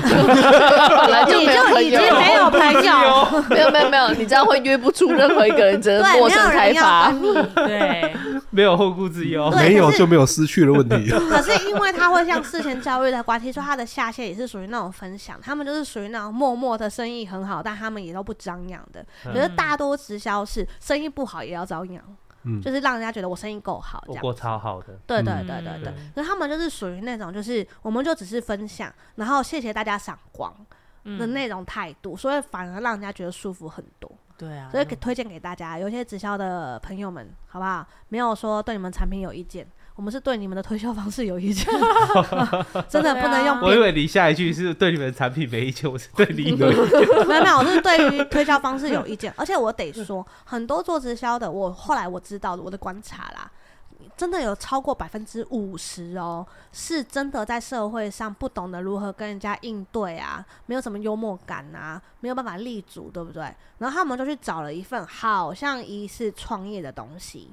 Speaker 3: 本来就
Speaker 1: 你
Speaker 3: 没有
Speaker 1: 就
Speaker 3: 朋
Speaker 1: 已
Speaker 3: 友
Speaker 1: 经，没有朋友，
Speaker 3: 没有没有没有，你这样会约不出任何一个人，只 能
Speaker 1: 对，
Speaker 3: 陌
Speaker 1: 没
Speaker 3: 生
Speaker 1: 有
Speaker 3: 开
Speaker 1: 人要
Speaker 3: 发
Speaker 1: 跟。你
Speaker 4: 对，
Speaker 2: 没有后顾之忧。
Speaker 1: 对
Speaker 5: 没有
Speaker 1: 可是
Speaker 5: 就没有失去的问题。
Speaker 1: 可是因为他会像事前教育的关系，所以他的下线也是属于那种分享，他们就是属于那种默默的生意很好，但他们也都不张扬的。可是大多直销是生意不好也要张扬，
Speaker 5: 嗯
Speaker 1: 就是让人家觉得我生意够好这
Speaker 2: 我
Speaker 1: 样。
Speaker 2: 过超好的，
Speaker 1: 对对
Speaker 5: 嗯
Speaker 1: 对对对
Speaker 2: 对，
Speaker 1: 可是他们就是属于那种，就是我们就只是分享，然后谢谢大家赏光的
Speaker 5: 嗯
Speaker 1: 那种态度，所以反而让人家觉得舒服很多。
Speaker 4: 对啊，
Speaker 1: 所以给推荐给大家，有一些直销的朋友们，好不好？没有说对你们产品有意见，我们是对你们的推销方式有意见，真的不能用
Speaker 2: 我
Speaker 1: 别
Speaker 2: 以为你下一句是对你们的产品没意见，我是对 你有意见。
Speaker 1: 没有没有，我是对于推销方式有意见，而且我得说，很多做直销的，我后来我知道的，我的观察啦，真的有超过百分之五十哦，是真的在社会上不懂得如何跟人家应对啊，没有什么幽默感啊，没有办法立足，对不对？然后他们就去找了一份好像疑似创业的东西，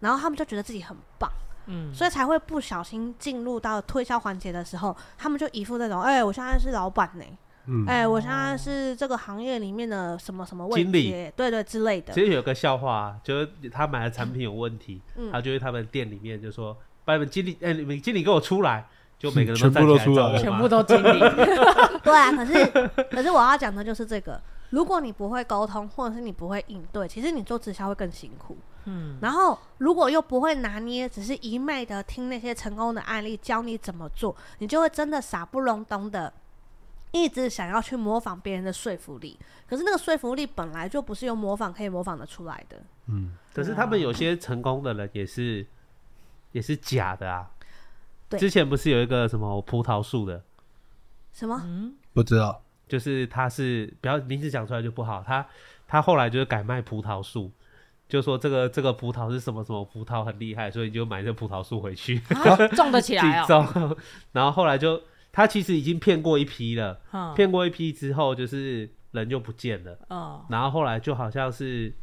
Speaker 1: 然后他们就觉得自己很棒。
Speaker 4: 嗯，
Speaker 1: 所以才会不小心进入到推销环节的时候，他们就一副那种，哎、我现在是老板呢、
Speaker 5: 嗯，
Speaker 1: 哎、我现在是这个行业里面的什么什么位
Speaker 2: 经理
Speaker 1: 阶，对对之类的
Speaker 2: 其。实有个笑话、啊，就是他买的产品有问题，
Speaker 1: 嗯
Speaker 2: 他就去他们店里面就说：“把你们经理，哎、你们经理给我出来！”就每个人都
Speaker 5: 全部都
Speaker 2: 站起来
Speaker 5: 出来
Speaker 2: 找我
Speaker 4: 全
Speaker 2: 妈
Speaker 4: 部都经历，
Speaker 1: 对啊，可是可是我要讲的就是这个，如果你不会沟通，或者是你不会应对，其实你做直销会更辛苦。
Speaker 4: 嗯，
Speaker 1: 然后如果又不会拿捏，只是一昧的听那些成功的案例教你怎么做，你就会真的傻不隆咚的。一直想要去模仿别人的说服力，可是那个说服力本来就不是用模仿可以模仿的出来的。
Speaker 5: 嗯，
Speaker 2: 可是他们有些成功的人也是也是假的啊。
Speaker 1: 对
Speaker 2: 之前不是有一个什么葡萄树的，
Speaker 1: 什么？
Speaker 2: 嗯
Speaker 5: 不知道，
Speaker 2: 就是他是不要名字讲出来就不好，他他后来就是改卖葡萄树。就说这个这个葡萄是什么什么葡萄很厉害，所以你就买这葡萄树回去
Speaker 4: 啊种得起
Speaker 2: 自己
Speaker 4: 来哦，
Speaker 2: 种。然后后来就他其实已经骗过一批了，
Speaker 4: 嗯
Speaker 2: 骗过一批之后，就是人就不见了。
Speaker 1: 啊
Speaker 4: 嗯
Speaker 2: 然后后来就好像是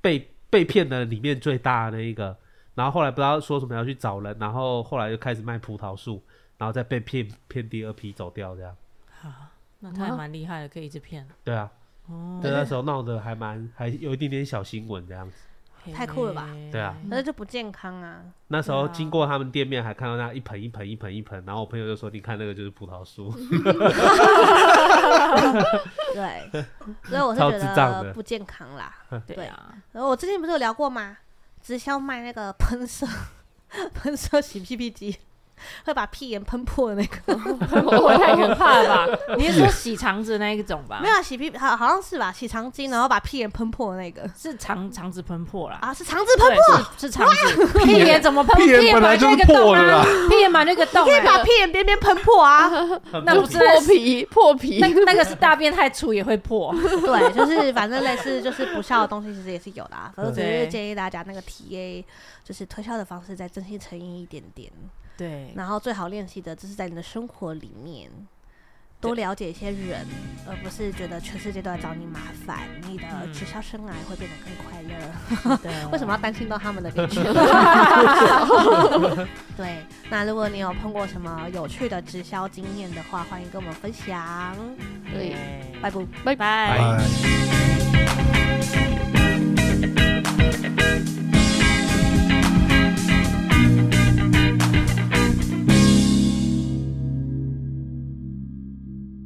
Speaker 2: 被被骗的里面最大的那一个，然后后来不知道说什么要去找人，然后后来就开始卖葡萄树，然后再被骗骗第二批走掉这样。
Speaker 4: 啊，那他也蛮厉害的，可以一直骗，
Speaker 2: 对啊，
Speaker 4: 哦
Speaker 2: 对，那时候闹得还蛮还有一点点小新闻这样子。
Speaker 4: 哎
Speaker 1: 太酷了吧
Speaker 4: 嘿
Speaker 2: 对啊，
Speaker 1: 可是就不健康啊。
Speaker 2: 那时候经过他们店面，还看到那一盆一盆一盆一盆，然后我朋友就说：“你看那个就是葡萄 树。
Speaker 1: 对， 所以我是
Speaker 2: 超
Speaker 1: 觉
Speaker 2: 智障
Speaker 1: 得
Speaker 2: 的
Speaker 1: 不健康啦。
Speaker 4: 对啊，
Speaker 1: 然后呃我之前不是有聊过吗？直销卖那个喷射喷射洗屁屁机，会把屁眼喷破的那个，
Speaker 4: 我太可怕了 吧？你是说洗肠子那一种吧？
Speaker 1: 没有啊洗屁好好像是吧？洗肠巾然后把屁眼喷破的那个
Speaker 4: 是肠肠子喷破啦，
Speaker 1: 啊，是肠子喷破，
Speaker 4: 是是肠子，屁眼怎么喷？
Speaker 5: 屁 眼
Speaker 4: 眼
Speaker 5: 本来
Speaker 4: 就一
Speaker 5: 就是
Speaker 4: 个洞
Speaker 5: 破的
Speaker 4: 啊
Speaker 5: 啦，
Speaker 4: 屁眼满那个洞
Speaker 1: 可以
Speaker 4: 欸，
Speaker 1: 把屁眼边边喷破 啊。”
Speaker 4: 那不是
Speaker 3: 破皮破皮
Speaker 4: 那，那个是大便太粗也会 破，
Speaker 1: 对，就是反正类似就是不孝的东西，其实也是有的、啊。反正只是
Speaker 4: 对
Speaker 1: 建议大家那个 TA 就是推销的方式再真心诚意一点点。
Speaker 4: 对，
Speaker 1: 然后最好练习的就是在你的生活里面多了解一些人，而不是觉得全世界都在找你麻烦，你的
Speaker 4: 嗯
Speaker 1: 直销生涯会变得更快乐。
Speaker 4: 对
Speaker 1: 为什么要担心到他们的感觉？ 对，那如果你有碰过什么有趣的直销经验的话，欢迎跟我们分享。
Speaker 3: 对
Speaker 4: 对
Speaker 1: 拜拜。
Speaker 3: 拜
Speaker 4: 拜
Speaker 5: 哎。